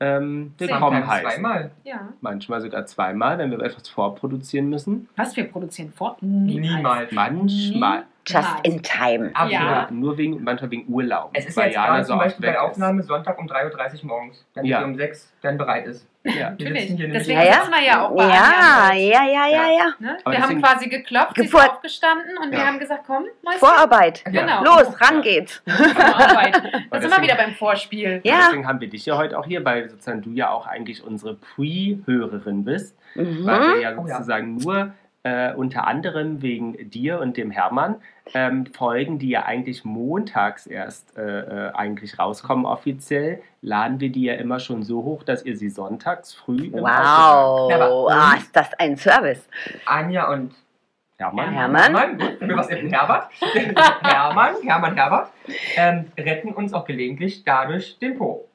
S1: ähm,
S2: Sehen.
S1: willkommen
S3: Samstag
S1: heißen.
S3: zweimal.
S2: ja.
S1: Manchmal sogar zweimal, wenn wir etwas vorproduzieren müssen.
S2: Was wir produzieren vor?
S3: Niemals.
S1: Manchmal.
S4: Just in time.
S3: Absolut.
S2: Ja.
S1: Nur wegen, manchmal wegen Urlaub.
S3: Es ist
S1: weil
S3: jetzt gerade
S1: so
S3: zum
S1: oft
S3: Beispiel
S1: also
S3: bei
S1: weg ist.
S3: der Aufnahme Sonntag um 3.30 Uhr morgens, damit
S1: Ja.
S3: die um 6 dann bereit ist.
S1: Ja.
S3: Wir
S2: Natürlich.
S3: sitzen hier nämlich-
S2: Deswegen
S4: Ja, ja.
S2: sitzen wir ja Ah, auch bei
S4: Ja,
S2: Anja.
S4: ja, ja, ja, ja.
S2: Ne?
S1: Aber
S2: Wir haben
S1: deswegen-
S2: quasi geklopft, sie ist
S4: Geburt-
S2: aufgestanden und wir
S1: Ja.
S2: haben gesagt, komm, Mäuschen,
S4: Vorarbeit.
S2: Genau.
S4: Los, ran geht's.
S2: *laughs* Vorarbeit. Da
S1: Und
S2: sind wir
S1: deswegen-
S2: wieder beim Vorspiel.
S1: Und
S4: Ja.
S1: Deswegen haben wir dich ja heute auch hier, weil sozusagen du ja auch eigentlich unsere Pre-Hörerin bist, weil
S4: Mhm.
S1: wir ja
S3: Oh ja.
S1: sozusagen nur äh, unter anderem wegen dir und dem Hermann ähm, Folgen, die ja eigentlich montags erst äh, äh, eigentlich rauskommen offiziell, laden wir die ja immer schon so hoch, dass ihr sie sonntags früh im Auto-
S4: Wow.
S3: Ja, aber-
S4: Ah, ist das ein Service.
S3: Anja und
S1: Hermann,
S4: Hermann?
S3: Hermann, gut, für was eben Herbert, *laughs* Hermann, Hermann Herbert, ähm, retten uns auch gelegentlich dadurch den Po.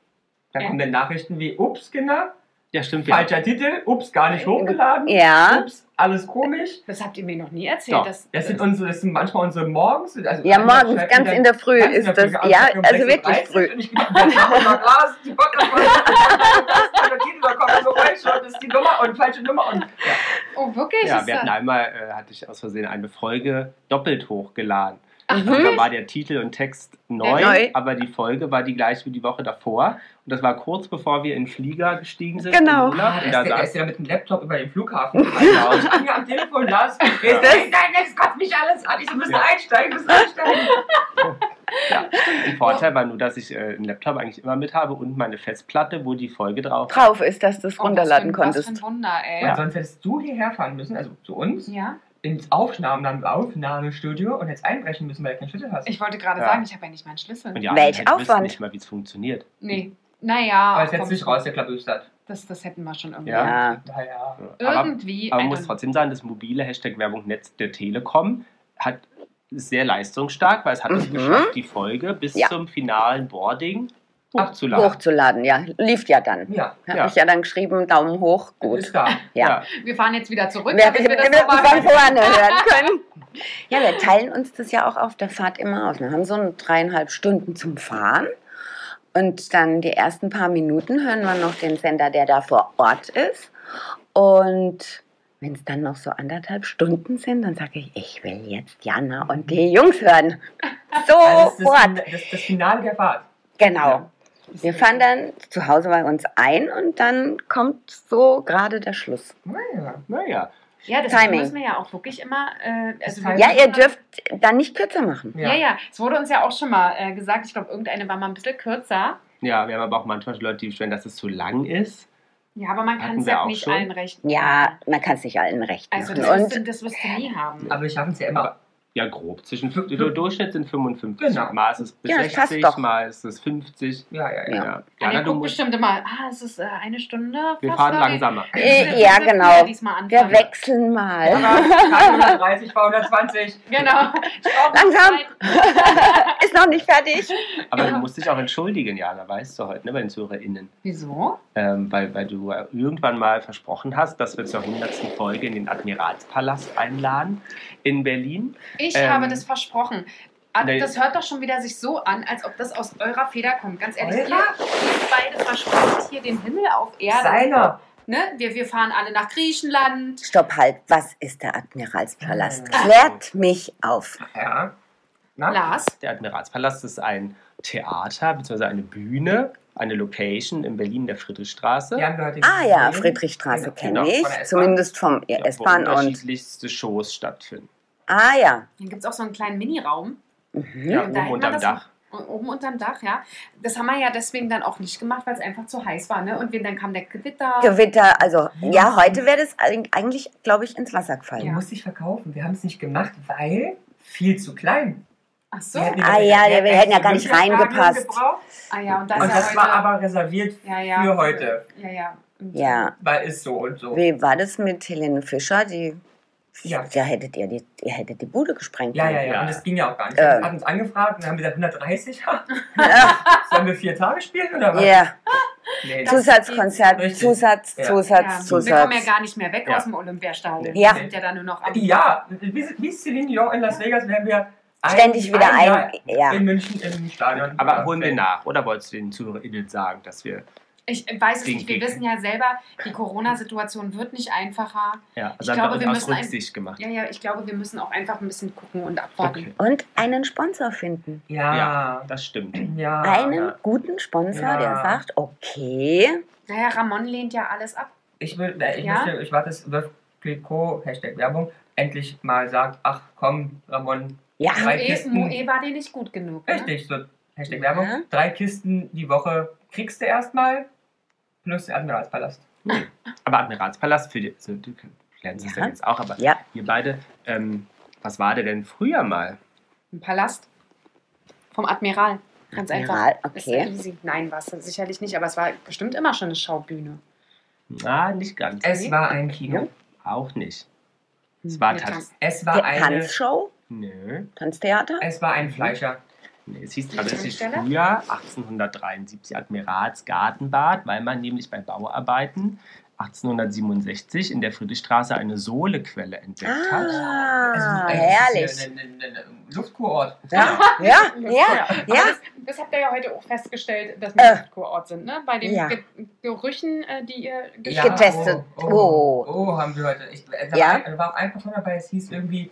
S3: Dann
S2: Ja.
S3: kommen dann Nachrichten wie, ups, Kinder,
S1: ja stimmt, wir
S3: falscher Titel, ups, gar nicht hochgeladen,
S4: Ja.
S3: ups, alles komisch.
S2: Das habt ihr mir noch nie erzählt.
S1: Doch,
S2: dass,
S3: Das sind, unsere, das sind manchmal unsere Morgens. Also
S4: Ja,
S3: Anja
S4: morgens,
S3: schreibt mir
S4: ganz
S3: dann
S4: in der Früh
S3: ganz in
S4: ist
S3: der
S4: das.
S3: Früh, am
S4: Ja,
S3: Tag um
S4: also wirklich
S3: 36.
S4: früh.
S3: Und ich bin dann mach mal Glas, die Podcast-
S4: *laughs*
S3: Das ist der Titel, da kommt so falsch, und das ist die Nummer und falsche Nummer und ja.
S2: oh, wirklich?
S1: Ja,
S2: Ist
S1: wir hatten
S2: das-
S1: einmal, äh, hatte ich aus Versehen eine Folge doppelt hochgeladen.
S2: Ach,
S1: Und da
S2: wirklich?
S1: war der Titel und Text neu,
S4: Neu.
S1: aber die Folge war die gleiche wie die Woche davor. Und das war kurz bevor wir in den Flieger gestiegen sind.
S4: Genau.
S1: in Urlaub. Und
S3: Er
S1: da
S3: Ah, ist, der, er
S1: saß,
S3: ist ja mit dem Laptop über den
S4: *laughs*
S3: Flughafen gefahren. Und ich hab mir am Telefon las,
S1: Ja.
S3: nein, nein, es kotzt mich alles an. Ich so, müssen einsteigen, müssen einsteigen.
S1: ein Vorteil war nur, dass ich äh, einen Laptop eigentlich immer mit habe und meine Festplatte, wo die Folge drauf war.
S4: Drauf ist, dass du es
S2: Oh,
S4: runterladen
S2: was für ein-
S4: konntest.
S2: Was für ein Wunder, ey.
S3: Und sonst hättest du hierher fahren müssen, also zu uns,
S2: ja.
S3: ins Aufnahmen, Aufnahmestudio und hättest einbrechen müssen, weil du keinen Schlüssel hast.
S2: Ich wollte gerade
S1: Ja.
S2: sagen, ich habe ja nicht meinen Schlüssel.
S1: Und ja,
S4: Welch Aufwand.
S1: nicht mal, wie es funktioniert.
S2: Nee. Naja,
S4: Ah,
S3: Aber jetzt
S2: komm,
S3: hättest du dich raus, der Klabüstert.
S2: Das, das hätten wir schon irgendwie.
S1: Ja.
S4: Ja.
S3: Naja.
S1: Aber,
S2: Irgendwie.
S1: aber
S2: eine-
S1: man muss trotzdem sagen, das mobile Hashtag Werbung Netz der Telekom hat sehr leistungsstark, weil es hat es
S4: Mhm.
S1: geschafft, die Folge bis
S4: Ja.
S1: zum finalen Boarding
S3: Ab-
S1: hochzuladen.
S4: Hochzuladen, ja. Lief ja dann.
S3: Ja,
S4: Habe
S1: Ja.
S4: ich ja dann geschrieben, Daumen hoch, gut.
S3: ist da.
S4: Ja.
S2: Wir fahren jetzt wieder zurück.
S4: Wir
S2: damit
S4: hätten
S2: wir das
S4: wir
S2: nochmal-
S4: von vorne *laughs* hören können. Ja, wir teilen uns das ja auch auf der Fahrt immer auf. Wir haben so eine dreieinhalb Stunden zum Fahren. Und dann die ersten paar Minuten hören wir noch den Sender, der da vor Ort ist. Und wenn es dann noch so anderthalb Stunden sind, dann sage ich, ich will jetzt Jana und die Jungs hören. Oh,
S3: Also, Das ist das,
S4: Sofort.
S3: Fin- das, das Finale der Fahrt.
S4: Genau.
S3: Ja.
S4: Wir fahren dann zu Hause bei uns ein und dann kommt so gerade der Schluss.
S3: Naja.
S1: Naja,
S2: Ja, das
S4: Timing.
S2: müssen wir ja auch wirklich immer. Äh, also wir
S4: Ja,
S2: müssen
S4: ihr
S2: immer-
S4: dürft dann nicht kürzer machen.
S2: Ja, ja, es wurde uns ja auch schon mal äh, gesagt, ich glaube, irgendeine war mal ein bisschen kürzer.
S1: ja, wir haben aber auch manchmal Leute, die beschweren, dass es zu lang ist.
S2: Ja, aber man kann
S1: Hatten
S2: es
S1: wir
S2: ja
S1: auch
S2: nicht
S1: schon.
S2: allen recht.
S4: Ja, man kann es nicht allen recht
S2: Also
S4: machen.
S2: das wirst, du,
S4: Und
S2: das wirst du nie haben.
S3: Aber wir schaffen es ja immer.
S1: Ja, grob. Zwischen
S3: Fünf-
S1: der Durchschnitt sind 55.
S3: Genau.
S1: Mal ist es bis
S4: Mhm. Ja, das passt
S1: 60,
S4: doch.
S1: mal ist es 50.
S3: Ja, ja, ja.
S4: Ja.
S1: Ja,
S2: Ja,
S1: ja
S2: der
S1: na, du
S2: guckt
S1: musst,
S2: bestimmt immer, ah, es ist äh, eine Stunde.
S1: wir
S2: fast,
S1: fahren
S2: aber
S1: langsamer.
S2: wir-
S4: Äh, ja,
S2: wir müssen
S4: genau.
S2: diesmal
S4: wir
S2: anfangen.
S4: wechseln mal.
S3: Aber 330 bei
S4: *laughs*
S3: 120.
S2: Genau. Ich brauche
S4: Langsam.
S2: Zeit.
S4: *laughs*
S2: *laughs*
S4: Ist noch nicht fertig.
S1: Aber
S2: Ja.
S1: du musst dich auch entschuldigen, Jana, weißt du heute, ne, bei den ZuhörerInnen.
S2: Wieso?
S1: Ähm, weil, weil du äh, irgendwann mal versprochen hast, dass wir zur 100. Folge in den Admiralspalast einladen in Berlin.
S2: Ich
S1: Ähm,
S2: habe das versprochen. Ah,
S1: nee.
S2: Das hört doch schon wieder sich so an, als ob das aus eurer Feder kommt. Ganz ehrlich,
S3: Eure?
S2: ihr, ihr beide versprecht hier den Himmel auf Erde.
S3: Seiner.
S2: Ne? Wir, wir fahren alle nach Griechenland.
S4: Stopp halt, was ist der Admiralspalast?
S3: Mhm.
S4: Klärt mich auf.
S3: Ja. Na?
S2: Lars,
S1: Der Admiralspalast ist ein Theater bzw. eine Bühne, eine Location in Berlin der Friedrichstraße.
S3: Die haben wir heute
S4: Ah ja,
S3: gesehen.
S4: Friedrichstraße
S3: Genau,
S4: kenne
S3: genau,
S4: ich,
S3: von der S-Bahn.
S4: zumindest vom
S1: Ja,
S4: S-Bahn
S1: wo
S4: und
S1: unterschiedlichste Shows stattfinden.
S4: Ah ja.
S2: dann gibt es auch so einen kleinen Miniraum
S4: Mhm.
S1: Ja,
S2: Und
S1: oben
S2: da hätte man
S1: unterm
S2: das-
S1: Dach.
S2: o- oben unterm Dach, ja. Das haben wir ja deswegen dann auch nicht gemacht, weil es einfach zu heiß war, ne? Und wir, dann kam der Gewitter.
S4: Gewitter, also ja, heute wäre das eig- eigentlich, glaube ich, ins Wasser gefallen.
S3: Du musst dich verkaufen. Wir haben es nicht gemacht, weil viel zu klein.
S2: Ach so.
S3: hätten
S4: Ah ja, wir hätten ja gar nicht
S3: Olympiastadion
S4: reingepasst.
S3: gebraucht.
S2: Ah ja, und das,
S3: Und
S2: ja
S3: das
S2: heute,
S3: war aber reserviert
S2: ja, ja,
S3: für heute.
S2: Ja, ja. Und- ähm,
S4: Ja.
S3: Weil ist so und so.
S4: Wie war das mit Helene Fischer? Die,
S3: Ja.
S4: Da hättet ihr, die, ihr hättet die Bude gesprengt.
S3: Ja, ja, ja.
S1: Ja.
S3: Und das ging ja auch gar nicht.
S4: Äh.
S3: Wir haben uns angefragt und haben gesagt 130. Sollen wir vier Tage spielen oder was?
S4: Ja,
S3: Nee, das
S4: Zusatzkonzert,
S3: Richtig.
S4: Zusatz,
S3: Ja.
S2: Ja,
S4: Zusatz,
S2: wir kommen ja
S4: Zusatz.
S2: gar nicht mehr weg
S1: Ja.
S2: aus dem Olympiastadion.
S4: Ja.
S2: Wir sind ja dann nur noch am
S3: ja, wie, wie Celine Dion in Las Vegas werden wir ein-
S4: Ständig wieder
S3: Jahr
S4: ein. Ja.
S3: in München im Stadion.
S1: Aber holen wir nach, oder wolltest du den ZuhörerInnen sagen, dass wir.
S2: Ich weiß es
S1: Ding,
S2: nicht, wir
S1: Ding.
S2: wissen ja selber, die Corona-Situation wird nicht einfacher.
S1: Ja, also
S2: Ich
S1: haben
S2: glaube,
S1: wir
S2: wir
S1: uns aus
S2: müssen ein-
S1: Rücksicht gemacht.
S2: Ja, ja, ich glaube, wir müssen auch einfach ein bisschen gucken und abwarten.
S1: Okay,
S4: Und einen Sponsor finden.
S3: Ja.
S1: das stimmt.
S3: ja.
S4: Einen
S3: Ah, ja.
S4: guten Sponsor,
S3: Ja.
S4: der sagt, okay,
S2: Naja, Ramon lehnt ja alles ab.
S3: Ich, will, äh, ich,
S2: Ja?
S3: möchte, ich warte, dass Wolf Clicquot, Hashtag Werbung, endlich mal sagt, ach komm, Ramon,
S4: ja,
S3: Drei
S2: Moe,
S3: Kisten.
S2: Moe war dir nicht gut genug. ne?
S3: richtig, so Hashtag
S4: Ja.
S3: Werbung, drei Kisten die Woche kriegst du erstmal, plus den Admiralspalast.
S1: Aber Admiralspalast für die. Also, du lernst es
S4: Ja.
S1: ja jetzt auch, aber
S4: ja,
S1: ihr beide, ähm, was war der denn früher mal?
S2: Ein Palast vom Admiral. Ganz
S4: Admiral,
S2: einfach. Ist ja
S4: okay.
S2: easy. Nein, war es sicherlich nicht, aber es war bestimmt immer schon eine Schaubühne.
S1: Ah, nicht ganz.
S3: Es war ein Kino,
S1: Auch nicht. Es war
S2: Mit
S1: tatsächlich.
S3: es
S4: Die
S3: war eine,
S4: Tanzshow,
S1: Nö.
S4: Tanztheater.
S3: es war ein Fleischer.
S1: Nee, es hieß tatsächlich
S2: Tankstelle?
S1: früher 1873 Admiralsgartenbad, weil man nämlich bei Bauarbeiten 1867 in der Friedrichstraße eine Sohlequelle entdeckt hat.
S4: Ah,
S3: es ist- Es ist
S4: herrlich.
S3: ein, ein, ein, ein Luftkurort.
S4: Ja, ja, ja,
S2: Aber
S4: ja.
S2: Das, das habt ihr ja heute auch festgestellt, dass wir
S4: Äh.
S2: nicht Kurort sind, ne? Bei den
S4: Ja.
S2: Ge Gerüchen, äh, die ihr
S3: Ja,
S4: Getestet.
S3: Oh, oh,
S4: Oh.
S3: oh, haben wir heute. Ich, da, war
S4: Ja?
S3: ein, da war auch ein Performer dabei, es hieß irgendwie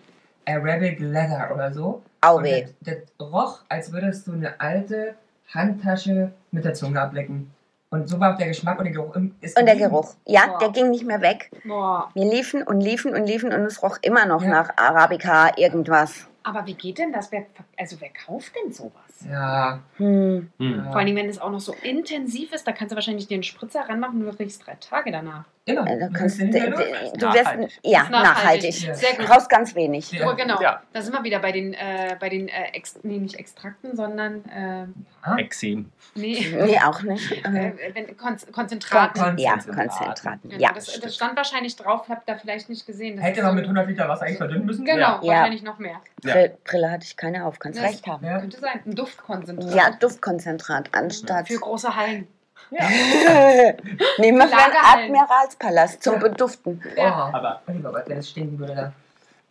S3: Arabic Leather oder so.
S4: Au
S3: Und
S4: Oh, weh.
S3: Das, das roch, als würdest du eine alte Handtasche mit der Zunge ablecken. Und so war auch der Geschmack und der Geruch. im- Ist
S4: Und der
S3: geblieben.
S4: Geruch, ja,
S2: Boah.
S4: der ging nicht mehr weg.
S2: Boah.
S4: Wir liefen und liefen und liefen und es roch immer noch
S3: Ja.
S4: nach Arabica irgendwas.
S2: Aber wie geht denn das? Wer, also wer kauft denn sowas? ist.
S3: Ja.
S4: Hm.
S1: Hm.
S2: Vor allen Dingen, wenn es auch noch so intensiv ist, da kannst du wahrscheinlich den Spritzer ranmachen und du kriegst drei Tage danach.
S3: Genau.
S4: Also kannst, du,
S3: Müssen wir
S4: du
S1: Nachhaltig.
S4: wirst, ja,
S2: Ist nachhaltig.
S4: nachhaltig.
S2: Sehr
S4: Du
S2: gut.
S4: brauchst ganz wenig.
S3: Ja.
S2: Oh, genau.
S1: Ja.
S2: Da sind wir wieder bei den, äh, bei den äh, Ex nee, nicht Extrakten, sondern äh,
S1: Exem.
S4: *laughs*
S2: nee,
S4: Nee, auch nicht.
S2: äh,
S4: Äh,
S2: wenn, Kon Konzentraten.
S3: Kon-
S4: Ja,
S1: Konzentraten.
S4: Konzentraten.
S2: Genau,
S4: Ja.
S2: das, das stand wahrscheinlich drauf, ich habe da vielleicht nicht gesehen. Das
S3: Hätte
S2: ist
S3: man
S2: so-
S3: mit 100 Liter Wasser eigentlich verdünnen müssen?
S2: Genau,
S1: Ja.
S2: wahrscheinlich noch mehr.
S1: Ja.
S4: Brille, Brille hatte ich keine auf, kannst
S2: Das-
S4: recht haben.
S3: Ja.
S2: Könnte sein. Ein Duftkonzentrat.
S4: Ja, Duftkonzentrat *laughs* anstatt.
S2: Für große Hallen.
S4: Nehmen wir für einen
S2: Lagerhallen.
S4: Admiralspalast zum Beduften.
S2: Ja.
S3: Oh,
S1: Aber,
S3: lieber Gott, wenn es stinken würde da.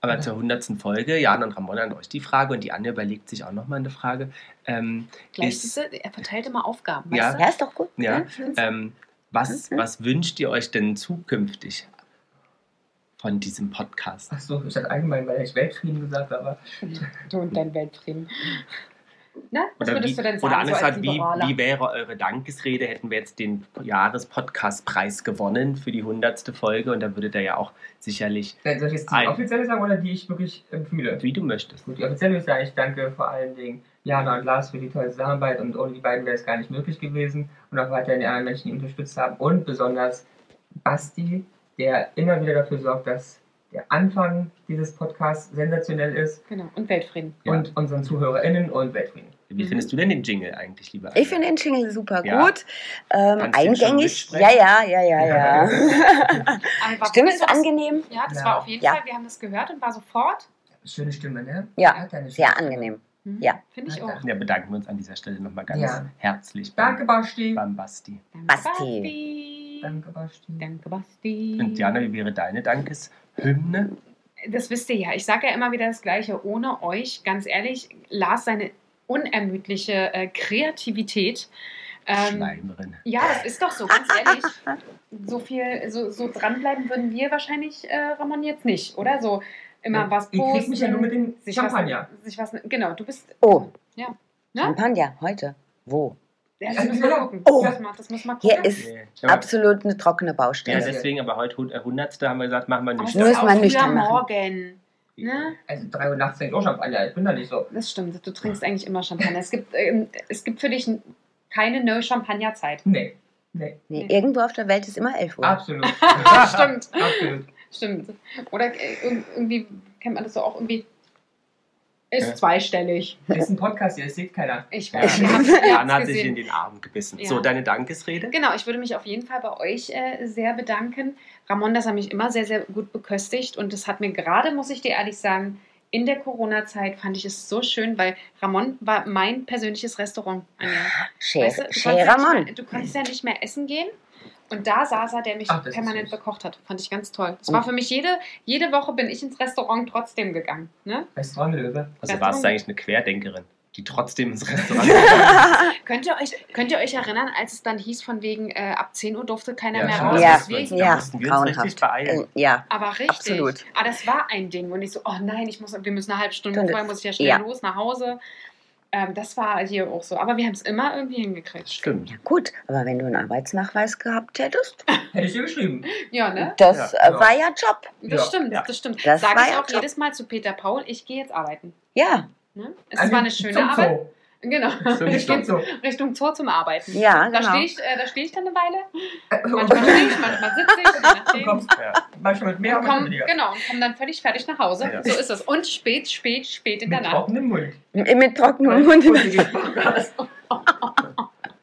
S1: aber zur hundertsten Folge, Jan und Ramon an euch die Frage und die Anja überlegt sich auch nochmal eine Frage. Ähm,
S2: Gleich
S1: Ist-
S2: diese, er verteilt immer Aufgaben.
S1: Ja.
S2: Weißt
S4: Ja, ist doch gut.
S1: Ja.
S4: ne?
S1: ähm, was,
S4: Mhm.
S1: was wünscht ihr euch denn zukünftig von diesem Podcast?
S3: Ach so, ich hatte allgemein, weil ich Weltfrieden gesagt habe. aber-
S2: du? Du und dein Weltfrieden. Na, was
S1: Oder,
S2: würdest
S1: wie,
S2: du denn sagen?
S1: oder
S2: so
S1: anders
S2: als
S1: gesagt, wie,
S2: Liberaler?
S1: wie wäre eure Dankesrede? Hätten wir jetzt den Jahrespodcast-Preis gewonnen für die hundertste Folge und dann würdet ihr ja auch sicherlich,
S3: Soll ich jetzt die
S1: Ein-
S3: offizielle sagen oder die ich wirklich empfehle?
S1: wie du möchtest.
S3: Gut, die offizielle ist ja, ich danke vor allen Dingen Jana und Lars für die tolle Zusammenarbeit und ohne die beiden wäre es gar nicht möglich gewesen und auch weiterhin die anderen Menschen, die unterstützt haben und besonders Basti, der immer wieder dafür sorgt, dass der Anfang dieses Podcasts sensationell ist
S2: Genau, und Weltfrieden.
S1: Ja.
S3: und unseren ZuhörerInnen und Weltfrieden.
S1: Wie
S2: Mhm.
S1: findest du denn den Jingle eigentlich, lieber? Anja?
S4: Ich finde den Jingle super
S1: Ja.
S4: gut.
S1: Kannst du
S4: Ähm,
S1: den schon
S4: eingängig.
S1: mitsprechen?
S4: Ja, ja, ja, ja, *laughs* ja.
S2: Einfach
S4: Stimme
S2: so,
S4: ist
S2: das-
S4: angenehm.
S2: Ja, das
S3: Ja.
S2: war auf jeden
S4: Ja.
S2: Fall, wir haben das gehört und war sofort.
S3: Schöne Stimme, ne?
S4: Ja,
S3: Hat eine schöne
S4: Sehr
S3: Stimme.
S4: angenehm.
S2: Hm,
S4: Ja.
S2: Finde ich
S3: Ja,
S2: auch.
S1: Ja, bedanken wir uns an dieser Stelle nochmal ganz
S3: Ja.
S1: herzlich
S3: Danke,
S1: beim,
S3: Basti.
S1: beim Basti.
S2: Danke,
S4: Basti.
S2: Basti.
S3: Danke, Basti.
S2: Danke, Basti.
S1: Und Jana, wie wäre deine Dankeshymne?
S2: das wisst ihr ja, ich sage ja immer wieder das Gleiche. Ohne euch, ganz ehrlich, Lars seine unermüdliche äh, Kreativität. Ähm,
S1: Schleimerin.
S2: ja, das ist doch so, ganz ehrlich. So viel, so, so dranbleiben würden wir wahrscheinlich, äh, Ramon, jetzt nicht, oder? So immer
S3: Ja,
S2: was
S3: Ihr
S2: posten.
S3: kriegt mich ja nur mit dem
S2: sich
S3: Champagner.
S2: Was, sich was, genau, du bist.
S4: Oh.
S2: Ja. Ne?
S4: Champagner, heute. Wo?
S2: Ja, das müssen wir
S3: genau.
S2: gucken.
S4: Oh.
S2: Das, mal, das muss man gucken.
S4: Hier ist
S1: Nee.
S4: absolut eine trockene
S1: Ja,
S4: Baustelle.
S1: deswegen, aber heute 100. haben wir gesagt, machen wir
S2: Aber
S1: nicht.
S2: es ist
S4: Muss
S2: ja
S4: man
S2: auch früher
S4: nüchtern machen.
S2: morgen. Ne?
S3: Also 3 Uhr nachts trinke ich auch Champagner. Ich bin da nicht so.
S2: Das stimmt, du trinkst eigentlich immer Champagner. Es gibt, ähm, es gibt für dich keine
S3: Zeit. *laughs*
S2: No-Champagner-Zeit.
S3: Nee, nee,
S4: Nee, irgendwo auf der Welt ist immer
S1: Ah.
S4: 11 Uhr. *laughs*
S3: absolut.
S2: Ah, Stimmt.
S3: absolut.
S2: Stimmt. Oder äh, irg- irgendwie kennt man das so auch irgendwie. Ist
S1: Ja.
S2: zweistellig.
S3: Das ist ein Podcast hier, das sieht keiner.
S2: Ich
S1: Ja.
S2: weiß. wir haben- wir
S1: Jana
S2: haben's
S1: hat sich in
S2: gesehen.
S1: den Arm gebissen.
S2: Ja.
S1: So, deine Dankesrede?
S2: Genau, ich würde mich auf jeden Fall bei euch äh, sehr bedanken. Ramon, das hat mich immer sehr, sehr gut beköstigt und das hat mir gerade, muss ich dir ehrlich sagen, in der Corona-Zeit fand ich es so schön, weil Ramon war mein persönliches Restaurant. Anja.
S4: Cher,
S2: du, konntest
S4: Cher
S2: ja nicht
S4: Ramon.
S2: mehr, du konntest ja nicht mehr essen gehen. Und da saß er, der mich
S3: Ach, das ist
S2: permanent
S3: süß.
S2: bekocht hat. Fand ich ganz toll.
S4: Oh.
S2: Das war für mich jede, jede Woche bin ich ins Restaurant trotzdem gegangen. Ne?
S3: Restaurantlöwe.
S1: Also
S2: Restaurant-
S1: warst du eigentlich eine Querdenkerin, die trotzdem ins
S2: *laughs*
S1: Restaurant geht.
S2: Könnt, ihr euch, könnt ihr euch erinnern, als es dann hieß, von wegen äh, ab 10 Uhr durfte keiner
S1: Ja,
S2: mehr
S1: stimmt,
S2: raus?
S4: Ja.
S1: das
S2: Deswegen-
S1: Da
S4: Ja,
S1: mussten wir uns richtig
S4: grauenhaft.
S1: beeilen.
S4: Äh, Ja,
S2: Aber richtig.
S4: Absolut.
S2: Aber das war ein Ding. Und ich so, oh nein, ich muss, wir müssen eine halbe Stunde
S4: Stunde.
S2: vorher, muss ich ja schnell
S4: Ja.
S2: los nach Hause. Ähm, das war hier auch so. Aber wir haben es immer irgendwie hingekriegt.
S1: Stimmt.
S4: gut. Aber wenn du einen Arbeitsnachweis gehabt hättest,
S3: Hätte ich dir geschrieben.
S2: Ja, ne?
S4: das
S1: Ja,
S4: äh,
S3: ja.
S4: war ja Job.
S2: Das
S3: Ja.
S2: stimmt,
S1: Ja.
S2: das stimmt.
S4: Das
S2: Sage
S4: war
S2: ich
S4: ja
S2: auch
S4: Job.
S2: jedes Mal zu Peter Paul, ich gehe jetzt arbeiten.
S4: Ja,
S2: Ne? Es war eine schöne
S3: Also, Zum Zoo.
S2: Arbeit. Genau. *laughs*
S1: Zum
S2: Richtung,
S3: Zoo.
S2: Richtung Zoo zum Arbeiten.
S4: ja,
S2: Da stehe
S4: genau.
S2: ich, äh, da steh ich dann
S3: *laughs*
S2: eine Weile. Manchmal
S3: Äh,
S2: stehe ich, manchmal sitze ich. je nachdem.
S3: Du kommst
S1: Ja.
S3: manchmal mit mir,
S2: Und
S3: manchmal
S2: komm,
S3: mit dir.
S2: genau, und komm dann völlig fertig nach Hause.
S1: Ja.
S2: So ist es. Und spät, spät, spät in der
S3: Mit
S2: Nacht.
S3: trockenem Mund.
S4: M- genau. äh, Mit trockenem
S3: *laughs*
S4: Mund.
S3: Unsicher Podcast.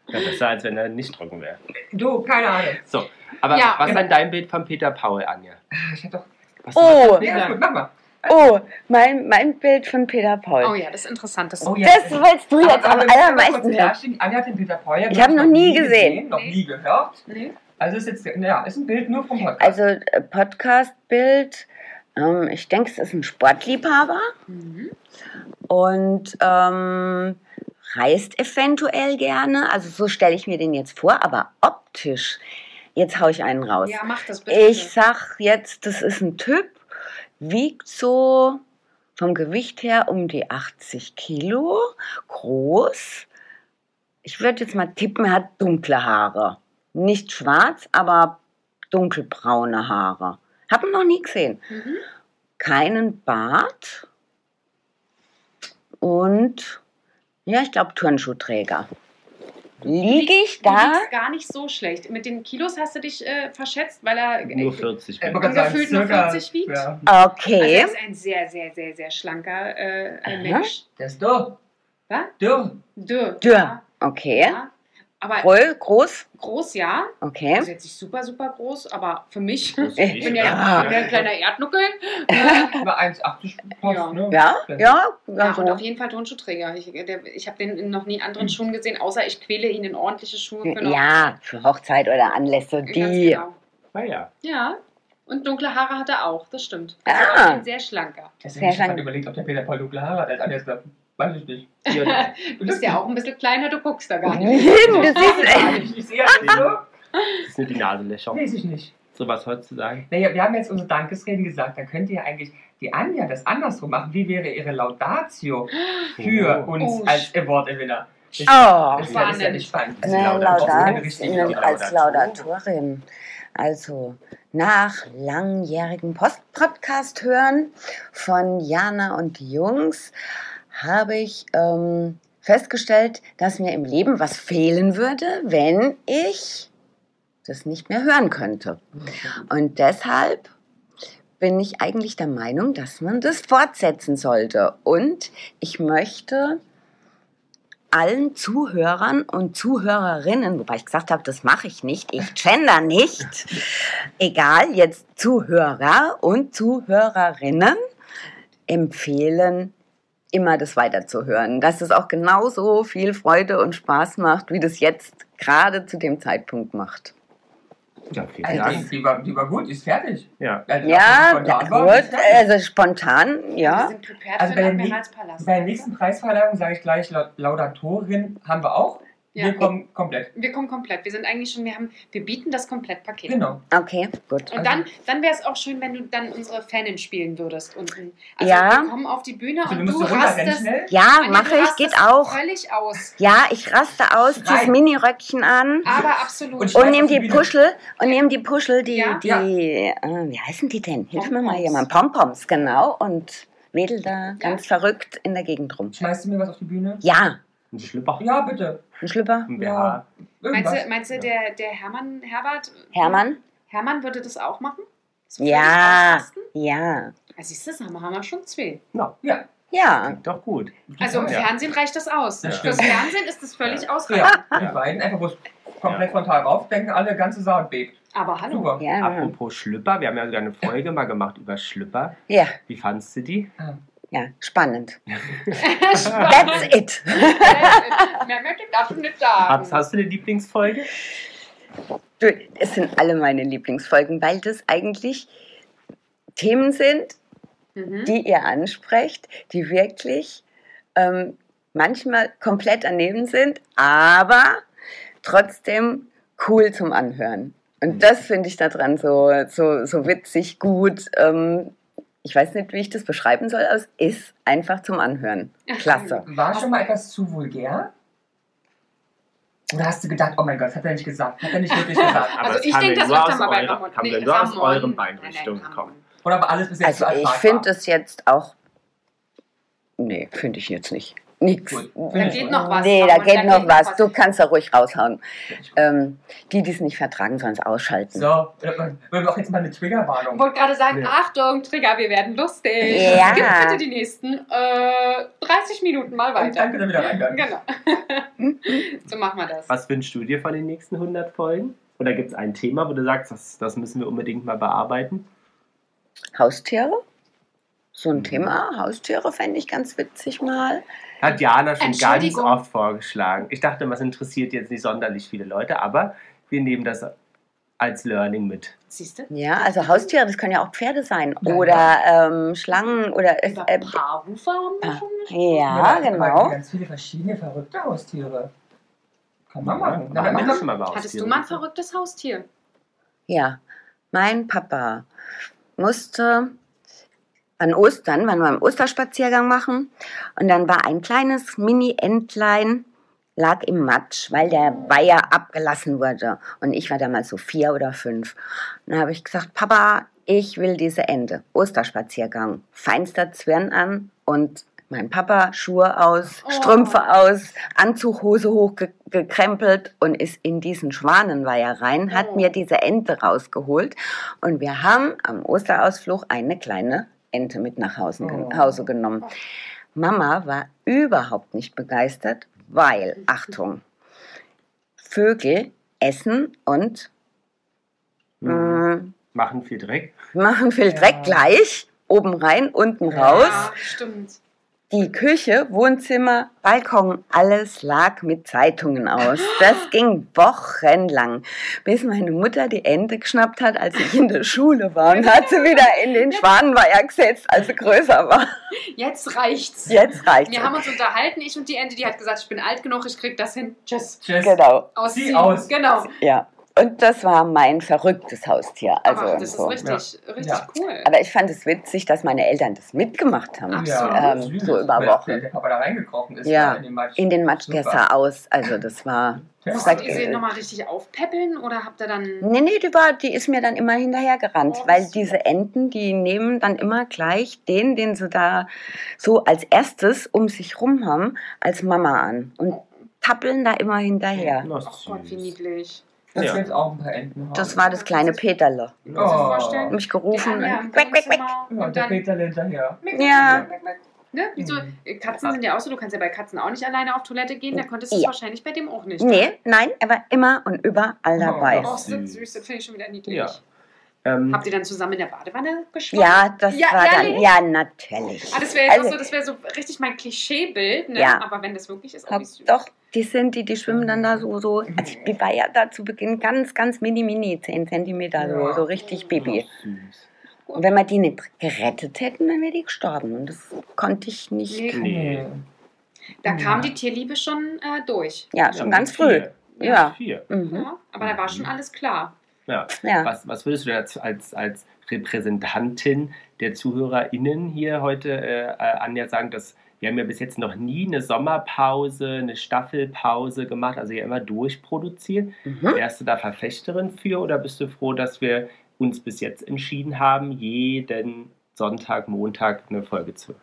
S1: Ja, besser, als wenn er nicht trocken wäre.
S3: Du, keine Ahnung.
S1: So, aber
S2: Ja.
S1: was an deinem Bild von Peter Paul, Anja?
S3: Ah, Ich hab doch.
S1: Was
S4: Oh,
S3: Ja, ist gut, mach mal.
S4: oh, mein, mein Bild von Peter Paul.
S2: Oh ja, das ist interessant. Das
S3: Oh, ja.
S4: Das willst du jetzt am
S3: Aber- aber wir müssen mal kurz
S4: allermeisten hören.
S3: klarstellen, Anja hat den Peter Paul ja
S4: Ich
S3: wirklich
S4: hab noch nie gesehen.
S3: Noch
S2: Nee.
S3: nie gehört.
S2: nee.
S3: Also ist jetzt, ja, ist ein Bild nur vom Podcast.
S4: Also äh, Podcast-Bild, ähm, ich denke, es ist ein Sportliebhaber
S2: mhm.
S4: und ähm, reist eventuell gerne. Also so stelle ich mir den jetzt vor, aber optisch. Jetzt haue ich einen raus.
S2: ja, mach das bitte.
S4: Ich sag jetzt, das ist ein Typ, wiegt so vom Gewicht her um die 80 Kilo, groß. Ich würde jetzt mal tippen, er hat dunkle Haare. Nicht schwarz, aber dunkelbraune Haare. Hab ihn noch nie gesehen.
S2: Mhm.
S4: Keinen Bart und Ja, ich glaube Turnschuhträger. Liege ich da?
S2: liegst gar nicht so schlecht. Mit den Kilos hast du dich äh, verschätzt, weil er äh,
S1: Nur 40.
S3: Ich
S1: Meter.
S3: wollte gerade
S2: Gefühlt
S3: sagen,
S2: nur
S3: circa,
S2: 40 wiegt.
S3: Ja.
S2: also
S4: Okay.
S2: er ist ein sehr, sehr, sehr, sehr schlanker äh,
S4: Aha.
S2: Mensch.
S3: Das ist dürr.
S2: Was?
S3: Dürr.
S2: Dürr.
S4: Dürr. Okay.
S2: Ja. Aber
S4: Roll, groß.
S2: groß, ja.
S4: Okay.
S2: Also jetzt nicht super, super groß, aber für mich.
S1: Groß
S4: Äh,
S2: Ich
S1: nicht.
S2: bin ja,
S4: Ja.
S2: bin ja ein kleiner
S4: *laughs*
S2: Erdnuckel.
S3: Über 1,80
S2: Ja.
S3: fast, ne?
S4: Ja, also ja,
S2: Ja, und
S4: ja
S2: auf jeden Fall Turnschuhträger. Ich, äh, der- ich habe den in noch nie in anderen Schuhen gesehen, außer ich quäle ihn in ordentliche Schuhe.
S4: so.
S2: eine-
S4: Hm. Ja, für Hochzeit oder Anlässe,
S2: genau. Ganz
S4: die.
S2: genau.
S1: Naja.
S2: Ja. Und dunkle Haare hat er auch, das stimmt. Also
S4: Ah.
S2: Aber ich bin sehr schlanker.
S3: Deswegen habe ich
S4: Sehr
S3: gerade
S4: schön.
S3: überlegt, ob der Peter Paul dunkle Haare hat. Er hat alles gesagt, weiß ich nicht.
S1: Hier und da.
S2: Du bist ja auch ein bisschen kleiner, du guckst da gar nicht.
S4: Du siehst,
S3: Ich, ich sehe das nicht, ne?
S1: Das sind die Nasenlöcher.
S3: Weiß ich nicht.
S1: So was heutzutage.
S3: Naja, wir haben jetzt unsere Dankesreden gesagt. Dann könnt ihr eigentlich die Anja das andersrum machen. Wie wäre ihre Laudatio für
S1: Oh.
S3: uns
S2: Oh,
S3: als Award-Gewinner?
S2: genau.
S4: oh.
S3: Das war nämlich spannend.
S1: Also
S4: Na,
S1: Laudat-
S4: Laudat,
S1: Laudat-
S4: na,
S1: Laudat-
S4: als Laudatorin. Also nach langjährigem Post Podcast hören von Jana und die Jungs habe ich ähm, festgestellt, dass mir im Leben was fehlen würde, wenn ich das nicht mehr hören könnte. Und deshalb bin ich eigentlich der Meinung, dass man das fortsetzen sollte. Und ich möchte allen Zuhörern und Zuhörerinnen, wobei ich gesagt habe, das mache ich nicht, ich
S3: *laughs*
S4: gender nicht, egal, jetzt Zuhörer und Zuhörerinnen empfehlen, immer das weiterzuhören, dass es auch genauso viel Freude und Spaß macht, wie das jetzt gerade zu dem Zeitpunkt macht.
S1: Ja, vielen
S3: Also,
S1: Dank.
S3: die, war, die war gut, die ist fertig.
S1: Ja.
S3: Also,
S4: Ja,
S3: spontan
S4: na
S3: war, die ist
S4: gut,
S3: fertig.
S4: also spontan,
S2: Wir
S4: ja.
S2: sind prepared
S3: Also
S2: für den
S3: bei den Lie-
S2: Admiralspalast.
S3: Bei der nächsten Preisverleihung sage ich gleich, Laud- Laudatorin haben wir auch.
S2: Ja.
S3: Wir kommen komplett.
S2: Wir kommen komplett. Wir sind eigentlich schon, wir haben, wir bieten das Komplettpaket.
S3: Genau. Also
S4: Okay, gut.
S2: Und dann, dann wäre es auch schön, wenn du dann unsere Fanin spielen würdest unten. Also
S4: Ja.
S2: wir kommen auf die *laughs* Bühne
S3: Also, du
S2: und
S3: musst
S2: du
S3: so runterrennen
S2: rastest.
S3: schnell.
S4: Ja,
S2: Anja, du
S4: mache ich,
S2: rastest
S4: geht auch.
S2: Völlig aus.
S4: Ja, ich raste aus, zieh das
S3: Nein.
S4: Miniröckchen an.
S2: Aber absolut.
S3: Und
S4: Und
S3: Schmeiß
S4: nimm
S3: auf die
S4: die
S3: Bühne.
S4: Puschel, und nimm die Puschel, die,
S2: Ja.
S4: die,
S3: Ja.
S4: Äh, wie heißen die denn? Hilf mir mal
S2: Pompoms.
S4: jemand. Pompoms, genau. Und wedel da ganz verrückt in der Gegend rum.
S3: Schmeißt du mir was auf die Bühne?
S4: Ja,
S1: Ein Schlüpper.
S3: Ja, bitte.
S4: ein Schlüpper.
S1: Ein BH.
S2: meinst
S3: Irgendwas.
S2: du, meinst du der, der Hermann, Herbert?
S4: Hermann?
S2: Hermann würde das auch machen? So völlig
S4: Ja,
S2: ausrasten?
S4: ja,
S2: Also siehst du, das haben wir- haben wir schon zwei.
S1: Na,
S3: Ja.
S4: ja.
S1: klingt doch gut.
S2: Also im
S1: Ja.
S2: Fernsehen reicht das aus.
S1: Das
S2: Fürs
S1: stimmt.
S2: Fernsehen ist das völlig ausreichend.
S3: ja. Die beiden einfach bloß komplett frontal rauf, denken alle, ganze Saat bebt.
S2: Aber hallo.
S3: Super.
S4: Ja,
S1: Apropos Schlüpper, wir haben ja sogar eine Folge mal gemacht über Schlüpper.
S4: ja,
S1: Wie fandst du die?
S4: ja, spannend.
S2: Spannend.
S4: That's it.
S2: Mehr möchte ich dazu nicht sagen.
S1: Hast, hast du eine Lieblingsfolge?
S4: Du, Es sind alle meine Lieblingsfolgen, weil das eigentlich Themen sind,
S2: Mhm.
S4: die ihr ansprecht, die wirklich ähm, manchmal komplett daneben sind, aber trotzdem cool zum Anhören. Und das finde ich daran so, so, so witzig, gut. Ähm, ich weiß nicht, wie ich das beschreiben soll, aber es ist einfach zum Anhören. Klasse.
S3: War schon mal etwas zu vulgär? Oder hast du gedacht, oh mein Gott, das hat er nicht gesagt, hat er nicht
S2: *laughs*
S3: wirklich gesagt?
S1: Aber
S2: also
S1: das
S2: ich
S1: haben
S2: denke,
S1: wir
S2: das
S1: nur
S2: macht
S1: aus
S2: er mal bei
S1: eurer-
S2: Ramon.
S1: haben wir nur aus
S2: Ramon.
S1: euren beiden
S2: Nein, nein,
S1: Richtungen
S2: Ramon.
S1: kommen.
S3: Oder war alles bis jetzt
S4: Also
S3: zu
S4: ich
S3: ertragbar?
S4: finde es jetzt auch. Nee, finde ich jetzt nicht. Nix.
S3: Gut,
S2: Da
S3: finde ich
S2: geht
S3: gut.
S2: noch was.
S4: Nee, da
S2: Ramon,
S4: geht noch was. Du kannst da ruhig raushauen. Ähm, die, die es nicht vertragen, sollen es ausschalten.
S3: So, äh, wollen wir auch jetzt mal eine Triggerwarnung.
S2: Ich wollte gerade sagen,
S1: Ja.
S2: Achtung, Trigger, wir werden lustig.
S4: Ja.
S2: Gib bitte die nächsten äh, 30 Minuten mal
S3: Und dann
S2: weiter.
S3: könnt ihr wieder reingehen.
S2: Genau.
S4: Hm?
S2: so machen wir das.
S1: Was wünschst du dir von den nächsten 100 Folgen? Oder gibt es ein Thema, wo du sagst, das, das müssen wir unbedingt mal bearbeiten?
S4: Haustiere? So ein Thema, Haustiere fände ich ganz witzig mal.
S1: Hat Jana schon ganz
S2: Entschuldigung.
S1: oft vorgeschlagen. Ich dachte, was interessiert jetzt nicht sonderlich viele Leute, aber wir nehmen das als Learning mit.
S2: Siehst du?
S4: Ja, also Haustiere, das können ja auch Pferde sein
S3: Ja,
S4: oder ähm, Schlangen oder. Äh,
S2: Über
S4: äh,
S2: Paarhufer haben wir
S4: Ah.
S2: schon gesprochen.
S4: ja,
S3: da gibt es
S4: genau.
S3: Ganz viele verschiedene verrückte Haustiere. Kann man
S1: Ja,
S3: machen.
S1: aber
S3: Na,
S1: haben wir
S3: dann-
S1: schon mal über
S2: Hattest
S1: Haustiere
S2: du mal ein
S1: gesprochen?
S2: verrücktes Haustier?
S4: Ja, mein Papa musste an Ostern, waren wir im Osterspaziergang machen und dann war ein kleines Mini-Entlein lag im Matsch, weil der Weiher abgelassen wurde. Und ich war damals so vier oder fünf. Und dann habe ich gesagt, Papa, ich will diese Ente. Osterspaziergang. Feinster Zwirn an und mein Papa Schuhe aus,
S2: Oh.
S4: Strümpfe aus, Anzug, Hose hochgekrempelt und ist in diesen Schwanenweiher rein, hat
S2: Oh.
S4: mir diese Ente rausgeholt. Und wir haben am Osterausflug eine kleine Ente mit nach Hause, gen-
S3: Oh.
S4: Hause genommen. Mama war überhaupt nicht begeistert, weil, Achtung, Vögel essen und
S1: Mhm.
S4: mh,
S1: Machen viel Dreck.
S4: mm, machen viel
S3: Ja.
S4: Dreck gleich, oben rein, unten
S3: Ja.
S4: raus.
S2: Ja, stimmt.
S4: Die Küche, Wohnzimmer, Balkon, alles lag mit Zeitungen aus.
S2: *gasps*
S4: Das ging wochenlang, bis meine Mutter die Ente geschnappt hat, als ich in der Schule war und hat sie wieder in den Schwanenweiher gesetzt, als sie größer war.
S2: Jetzt reicht's.
S4: Jetzt reicht's.
S2: Wir haben uns unterhalten, ich und die Ente, die hat gesagt, ich bin alt genug, ich krieg das hin. Tschüss.
S3: Tschüss.
S4: Genau,
S2: Ausziehen.
S3: Sieh aus.
S2: Genau.
S4: ja. Und das war mein verrücktes Haustier. Also
S2: Aber das ist
S4: so.
S2: richtig, richtig
S3: Ja.
S2: cool.
S4: Aber ich fand es witzig, dass meine Eltern das mitgemacht haben.
S3: Ja,
S4: Ähm,
S3: süß.
S4: so über
S3: Weil
S4: Wochen.
S3: Der Papa da reingekrochen ist.
S4: Ja,
S3: da in den Matsch.
S4: In den Matsch, der
S3: Super.
S4: sah aus. Also das war.
S3: Ja.
S4: Musstet
S2: Musstet ihr sie nochmal richtig aufpäppeln oder habt ihr dann.
S4: Nee, nee, die, war, die ist mir dann immer hinterhergerannt,
S2: Oh,
S4: weil
S2: süß.
S4: diese Enten, die nehmen dann immer gleich den, den sie da so als erstes um sich rum haben, als Mama an und tappeln da immer hinterher.
S1: Na,
S2: Oh Gott, wie
S1: süß.
S2: niedlich.
S3: Das
S1: Ja.
S3: wird auch ein paar Enten haben.
S4: Das war das kleine Peterle.
S2: Kann man
S3: Oh.
S2: sich vorstellen?
S4: Mich
S2: Die
S4: gerufen
S2: haben ja
S4: und
S2: im
S4: quack, quack, quack.
S2: Wohnzimmer
S3: Ja,
S2: Und
S3: und der
S2: dann,
S3: Peter hinterher.
S4: Ja. Mhm.
S2: ne? Wieso? Katzen sind ja auch so, du kannst ja bei Katzen auch nicht alleine auf Toilette gehen, da konntest du es
S4: Ja.
S2: wahrscheinlich bei dem auch nicht. ne?
S4: Nee, nein, er war immer und überall dabei.
S2: Oh,
S1: Ja.
S2: süß, süß, das finde ich schon wieder niedlich.
S1: Ja. Ähm,
S2: Habt ihr dann zusammen in der Badewanne geschwommen?
S4: Ja, das
S2: Ja,
S4: war dann,
S2: ehrlich?
S4: ja, natürlich.
S2: Ah, das wäre jetzt
S4: Also-
S2: auch so, das wäre so richtig mein Klischeebild, ne?
S4: Ja.
S2: Aber wenn das wirklich ist, auch
S4: Hab,
S2: wie süß.
S4: doch, die sind, die, die schwimmen dann da so, so also
S2: Mhm.
S4: die war ja da zu Beginn ganz, ganz mini, mini, 10 Zentimeter, so,
S3: Ja.
S4: so richtig Baby.
S1: süß.
S4: Und wenn wir die nicht gerettet hätten, dann wäre die gestorben. Und das konnte ich nicht.
S2: Nee,
S1: Nee.
S3: Oh,
S2: Da kam die Tierliebe schon äh, durch.
S4: Ja, schon ganz früh.
S1: Vier.
S4: Ja.
S1: Vier.
S4: Mhm.
S2: Ja, aber da war schon alles klar.
S1: Ja.
S4: Ja.
S1: Was, was würdest du denn als, als, als Repräsentantin der ZuhörerInnen hier heute, äh, äh, Anja, sagen, dass wir haben ja bis jetzt noch nie eine Sommerpause, eine Staffelpause gemacht, also ja immer durchproduziert.
S4: Mhm.
S1: Wärst du da Verfechterin für oder bist du froh, dass wir uns bis jetzt entschieden haben, jeden Sonntag, Montag eine Folge zu?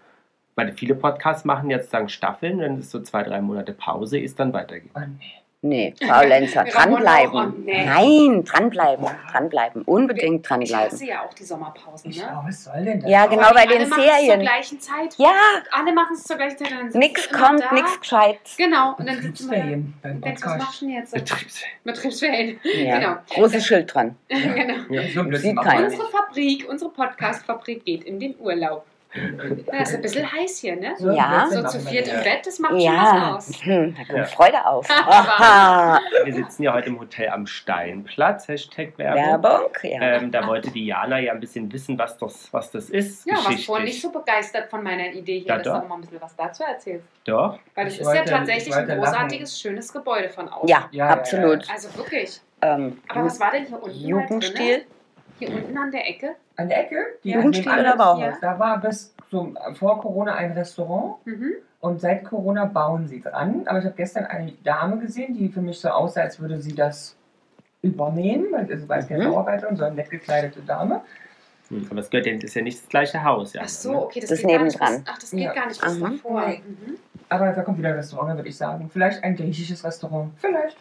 S1: Weil viele Podcasts machen jetzt sagen Staffeln, wenn es so zwei, drei Monate Pause ist, dann weitergeht.
S3: Oh, nee.
S4: Nee, Faulenzer,
S2: Wir wollen auch-
S4: dranbleiben.
S2: Oh, nee.
S4: Nein, dranbleiben, dranbleiben, unbedingt
S2: Ich
S4: dranbleiben.
S2: hasse ja auch die Sommerpausen,
S3: Ich
S2: ne?
S3: auch, was soll denn das?
S4: Ja, genau bei
S2: Alle
S4: den
S2: machen's zur
S4: Serien.
S2: gleichen Zeit.
S4: Ja,
S2: Alle machen es zur gleichen Zeit. und dann sitzt
S4: nix
S2: du immer
S4: kommt,
S2: da.
S4: nix gescheit.
S2: Genau. Und dann sitzen wir da
S3: Betriebsferien beim
S2: und denkst, was machst
S3: Podcast.
S2: du denn jetzt?
S1: Betriebsferien.
S2: Betriebsferien.
S4: Ja.
S2: Genau.
S4: Großes Schild dran.
S2: *laughs* genau.
S3: So blöd
S4: Sieht
S3: macht
S4: keiner.
S3: man
S2: Unsere Fabrik, unsere Podcast-Fabrik geht in den Urlaub. Ja, ist ein bisschen heiß hier, ne?
S3: So
S4: Ja.
S2: So
S3: Blödsinn
S2: zu
S3: machen wir
S2: viert im
S3: nicht.
S2: Bett, das macht schon
S4: Ja,
S2: was aus.
S4: Hm, *laughs* da kommt
S1: Ja.
S2: *laughs*
S4: Freude auf. Aha.
S1: *laughs* Wir sitzen ja heute im Hotel am Steinplatz, Hashtag Werbung.
S4: Werbung, ja.
S1: Ähm, da wollte Diana ja ein bisschen wissen, was das, was das ist.
S2: Ja, warst
S1: geschichtlich.
S2: vorhin nicht so begeistert von meiner Idee hier,
S1: Ja,
S2: dass
S1: doch.
S2: du auch mal ein bisschen was dazu erzählst.
S1: Doch.
S2: Weil das
S3: Ich
S2: ist ja
S3: wollte-
S2: tatsächlich
S3: ich
S2: ein
S3: wollte lachen.
S2: großartiges, schönes Gebäude von außen.
S4: Ja,
S3: Ja, ja,
S4: absolut.
S2: Also wirklich.
S4: Ähm,
S2: Aber was war denn hier unten? halt ne? Mal
S4: Jugendstil?
S2: drin? Hier unten an der Ecke?
S3: An der Ecke? die
S4: Jugendstil
S3: an dem
S4: oder
S3: anderen-
S2: Bauhaus?
S3: Da war bis zum, vor Corona ein Restaurant
S2: Mhm.
S3: und seit Corona bauen sie dran. Aber ich habe gestern eine Dame gesehen, die für mich so aussah, als würde sie das übernehmen. weil genau, Es war jetzt keine
S4: Mhm.
S3: Bauarbeiterin, sondern nett gekleidete Dame.
S1: Hm, Aber es gehört ja, das ist ja nicht das gleiche Haus. ne? Ja,
S2: Ach so, okay, das,
S4: Das
S2: geht gar nicht.
S4: nebendran.
S2: bis- Ach, das geht
S3: ne? Ja.
S2: gar nicht bis
S4: Mhm.
S2: davor.
S3: Nee.
S2: Mhm.
S3: Aber da kommt wieder ein Restaurant, da würde ich sagen. Vielleicht ein griechisches Retaurant. Vielleicht.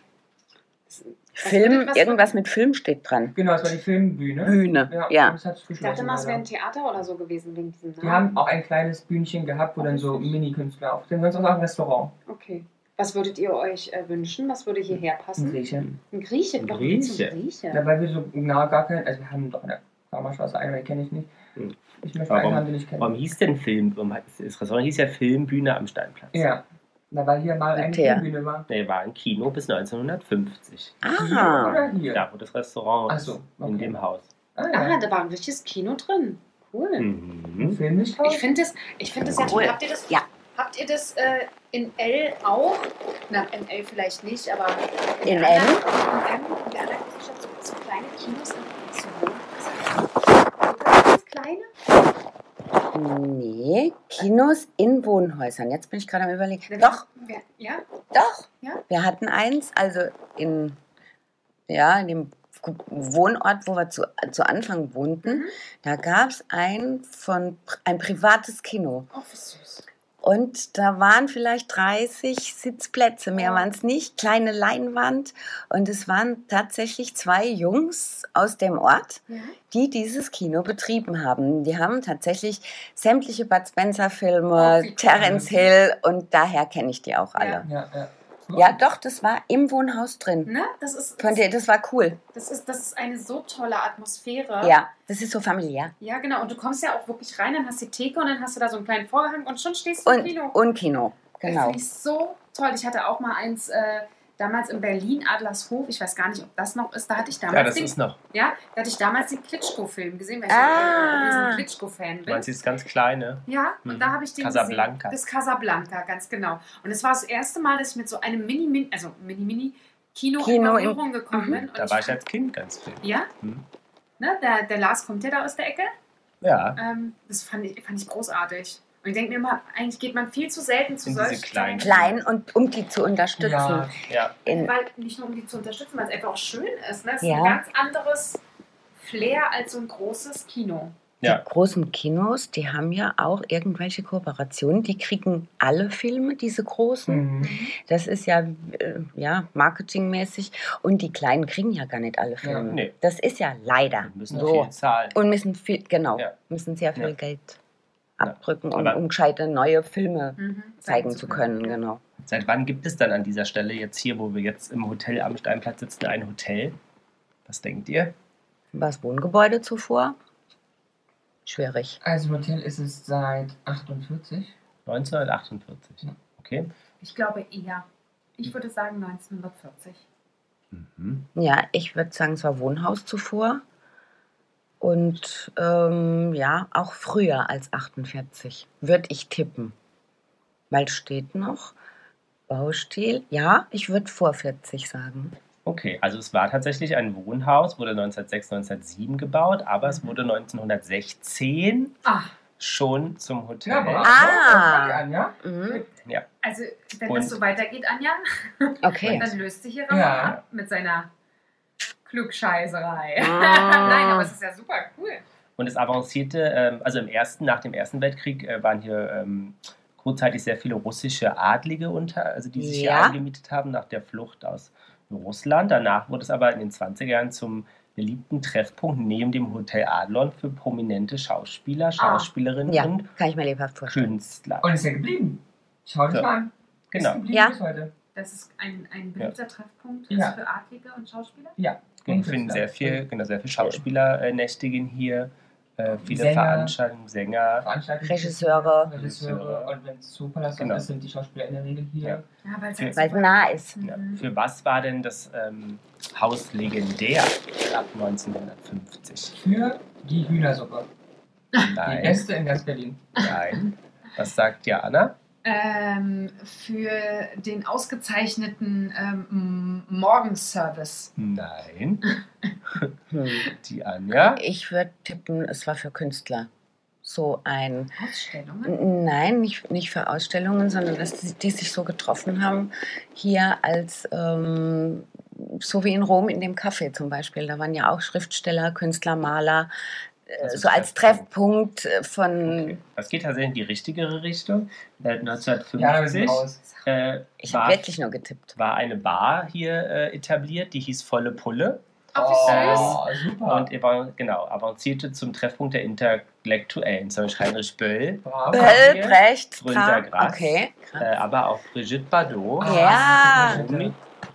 S4: Film,
S2: wird was-
S4: irgendwas mit Film steht dran.
S3: Genau, es war die Filmbühne.
S4: Bühne,
S3: und
S4: ja.
S3: Das hat's
S2: Ich dachte
S3: geschlossen,
S2: mal, es wäre ein
S3: leider.
S2: Theater oder so gewesen wegen diesem
S3: die
S2: Namen.
S3: haben auch ein kleines Bühnchen gehabt, wo dann so Mini-Künstler auftreten. Sonst auch ein Restaurant.
S2: Okay. Was würdet ihr euch äh, wünschen? Was würde hierher passen?
S3: Ein Griechen.
S2: Ein Grieche.
S1: Ein
S2: Warum geht's um
S1: Grieche.
S2: Grieche?
S3: Ja, weil wir so nah gar keinen, also wir haben doch eine Kammerstraße, einen, den kenne ich nicht.
S4: Hm.
S1: Mhm.
S3: Ich möchte
S1: Warum?
S3: einen haben, den ich kenne.
S1: Warum hieß denn Film? Warum hat- Das Restaurant hieß ja Filmbühne am Steinplatz.
S3: Ja, na, weil hier mal eine
S4: Tja.
S3: Filmbühne war.
S1: Nee, war ein Kino bis 1950.
S3: Hier
S2: Mhm.
S4: Ah,
S3: oder hier?
S1: Da, wo das Restaurant
S3: Ach
S1: ist,
S3: so,
S1: in
S3: okay.
S1: dem Haus.
S3: Ah,
S2: Ah,
S3: ja.
S2: da war ein richtiges Kino drin. Cool.
S3: Hm. Ein
S1: Mhm.
S3: Film nicht
S2: Ich finde das, ich finde das ja
S4: Cool.
S2: toll. Habt ihr das,
S4: Ja.
S2: habt ihr das äh, in L auch? Na, in L vielleicht nicht, aber
S4: In
S2: der
S4: L?
S2: anderen- In der anderen Großstadt so, so kleine Kinos in so Wohnhäusern. Ganz kleine?
S4: nee. Kinos in Wohnhäusern. Jetzt bin ich gerade am Überlegen.
S2: Dann-
S4: Doch,
S2: Wer- Ja,
S4: doch.
S2: Ja?
S4: Wir hatten eins, also in, ja, in dem Wohnort, wo wir zu, zu Anfang wohnten,
S2: Mhm.
S4: da gab es ein, von, ein privates Kino.
S2: oh, wie süß.
S4: Und da waren vielleicht 30 Sitzplätze, mehr waren es nicht, kleine Leinwand. Und es waren tatsächlich zwei Jungs aus dem Ort,
S2: Ja.
S4: die dieses Kino betrieben haben. Die haben tatsächlich sämtliche Bud
S3: Oh,
S4: Spencer-Filme,
S3: wie cool.
S4: Terence Hill und daher kenne ich die auch alle.
S3: Ja, ja.
S4: Ja. doch, das war im Wohnhaus drin.
S2: Ne? Das, ist,
S4: Könnt ihr, das war cool.
S2: das, ist, das ist eine so tolle Atmosphäre.
S4: Ja, das ist so familiär.
S2: Ja, genau. Und du kommst ja auch wirklich rein, dann hast du die Theke und dann hast du da so einen kleinen Vorhang und schon stehst du im
S4: Und
S2: Kino.
S4: Und Kino,
S2: Das
S4: genau.
S2: finde ich so toll. Ich hatte auch mal eins äh, damals in Berlin, Adlershof. Ich weiß gar nicht, ob das noch ist. Da hatte ich
S1: Ja,
S2: damals,
S1: das ist
S2: den,
S1: noch.
S2: ja, da hatte ich damals den Klitschko-Film gesehen, weil ich
S4: Ah.
S2: ein riesen Klitschko-Fan
S1: Man
S2: bin.
S1: sieht es ganz kleine.
S2: Ja, und
S1: Mhm.
S2: da habe ich den
S1: Casablanca.
S2: gesehen. Das Casablanca, ganz genau. Und es war das erste Mal, dass ich mit so einem Mini-Mini, also Mini-Mini-Kino in
S4: Kino in-
S2: Berührung gekommen
S4: Mhm.
S2: bin. Und
S1: Da war ich
S2: fand-
S1: als Kind ganz viel.
S2: Ja?
S1: Mhm.
S2: Ne, der, der Lars kommt ja da aus der Ecke.
S1: Ja,
S2: Ähm, das fand ich, fand ich großartig. Und ich denke mir immer, eigentlich geht man viel zu selten zu
S1: In diese
S2: solchen
S1: kleinen-
S4: Klein und um die zu unterstützen.
S3: Ja,
S1: ja.
S4: In,
S2: Weil, nicht nur um die zu unterstützen, weil es einfach auch schön ist. Ne? Es ist
S4: Ja.
S2: ein ganz anderes Flair als so ein großes Kino.
S1: Ja.
S4: Die großen Kinos, die haben ja auch irgendwelche Kooperationen. Die kriegen alle Filme, diese großen.
S3: Mhm.
S4: Das ist ja, äh, ja marketingmäßig. Und die kleinen kriegen ja gar nicht alle Filme.
S3: Ja,
S1: nee.
S4: Das ist ja
S1: Wir
S4: leider
S1: müssen
S4: so.
S1: viel zahlen.
S4: Und müssen viel, genau,
S1: Ja.
S4: müssen sehr viel
S1: Ja.
S4: Geld abdrücken, um,
S1: Aber-
S4: um gescheite neue Filme
S2: Mhm.
S4: zeigen zu können. Genau.
S1: Seit wann gibt es dann an dieser Stelle jetzt hier, wo wir jetzt im Hotel am Steinplatz sitzen, ein Hotel? Was denkt ihr?
S4: War das Wohngebäude zuvor? Schwierig.
S3: Also im Hotel ist es seit 48.
S1: 1948. Okay.
S2: Ich glaube eher. Ich würde sagen 1940.
S1: Mhm.
S4: Ja, ich würde sagen, es war Wohnhaus zuvor. Und ähm, ja, auch früher als 48, würde ich tippen. Weil steht noch Baustil. Ja, ich würde vor 40 sagen.
S1: Okay, also es war tatsächlich ein Wohnhaus, wurde 1906, 1907 gebaut, aber es wurde 1916
S2: Ah,
S1: schon zum Hotel.
S3: Ja, bravo.
S4: Ah.
S3: Fang an, ja?
S4: Mhm.
S2: also wenn
S1: Und-
S2: das so weitergeht, Anja,
S4: Okay.
S2: dann löst sich hier Ramon
S3: Ja.
S2: ab mit seiner Klugscheißerei.
S4: Ah.
S2: *laughs* Nein, aber es ist ja super cool.
S1: Und es avancierte, ähm, also im ersten, nach dem Ersten Weltkrieg äh, waren hier ähm, kurzzeitig sehr viele russische Adlige unter, also die sich
S4: Ja.
S1: hier angemietet haben nach der Flucht aus Russland. Danach wurde es aber in den 20er Jahren zum beliebten Treffpunkt neben dem Hotel Adlon für prominente Schauspieler, Schauspielerinnen
S4: Ah. Ja,
S1: und
S4: kann ich mir lebhaft vorstellen.
S1: Künstler.
S3: Und ist ja geblieben. Schau dich
S1: Ja.
S3: mal an. Ist
S1: genau.
S3: geblieben
S4: Ja.
S3: bis heute.
S2: Das ist ein, ein beliebter Treffpunkt
S3: Ja.
S2: für Adlige und Schauspieler.
S3: Ja.
S1: Und finden sehr viel,
S3: Mhm.
S1: genau, sehr viel Schauspieler äh, nächtigen hier, äh, viele
S3: Sänger.
S1: Veranstaltungen, Sänger.
S3: Veranstaltungen.
S4: Regisseure.
S3: Regisseure. Und wenn es Superlass
S1: Genau.
S3: ist, sind die Schauspieler in der Regel hier.
S1: Ja.
S2: Ja, weil es
S1: Für-
S2: halt
S4: Weil es
S2: super-
S4: nah ist.
S1: Ja.
S2: Mhm.
S1: Für was war denn das ähm, Haus legendär ab 1950?
S3: Für die Hühnersuppe. Die
S1: Nein,
S3: beste in ganz Berlin.
S1: nein. Was sagt Jana?
S2: Ähm, für den ausgezeichneten ähm, M- Morgenservice.
S1: Nein.
S4: Hm.
S1: Die Anja?
S4: Ich würde tippen, es war für Künstler. So ein
S2: Ausstellungen?
S4: N- Nein, nicht, nicht für Ausstellungen, sondern dass die, die sich so getroffen haben, hier als, ähm, so wie in Rom in dem Café zum Beispiel. Da waren ja auch Schriftsteller, Künstler, Maler, äh,
S1: Also
S4: so als
S1: Treffpunkt.
S4: Treffpunkt äh, von.
S1: Okay. Das geht tatsächlich in die richtigere Richtung. Seit
S3: Ja, da sind
S1: 1950
S3: wir raus.
S1: äh,
S4: Ich habe
S1: war,
S4: wirklich nur getippt.
S1: war eine Bar hier äh, etabliert, die hieß Volle Pulle.
S2: Ach, wie süß.
S3: Oh, super.
S1: Und evan- genau, avancierte zum Treffpunkt der Intellektuellen, zum Beispiel Heinrich Böll,
S3: Bravo.
S4: Böll, Brecht,
S1: Gründer
S4: Prag.
S1: Grass.
S4: Okay.
S1: äh, aber auch Brigitte Bardot,
S3: Ah,
S4: Ja.
S1: Romy,
S3: Brigitte.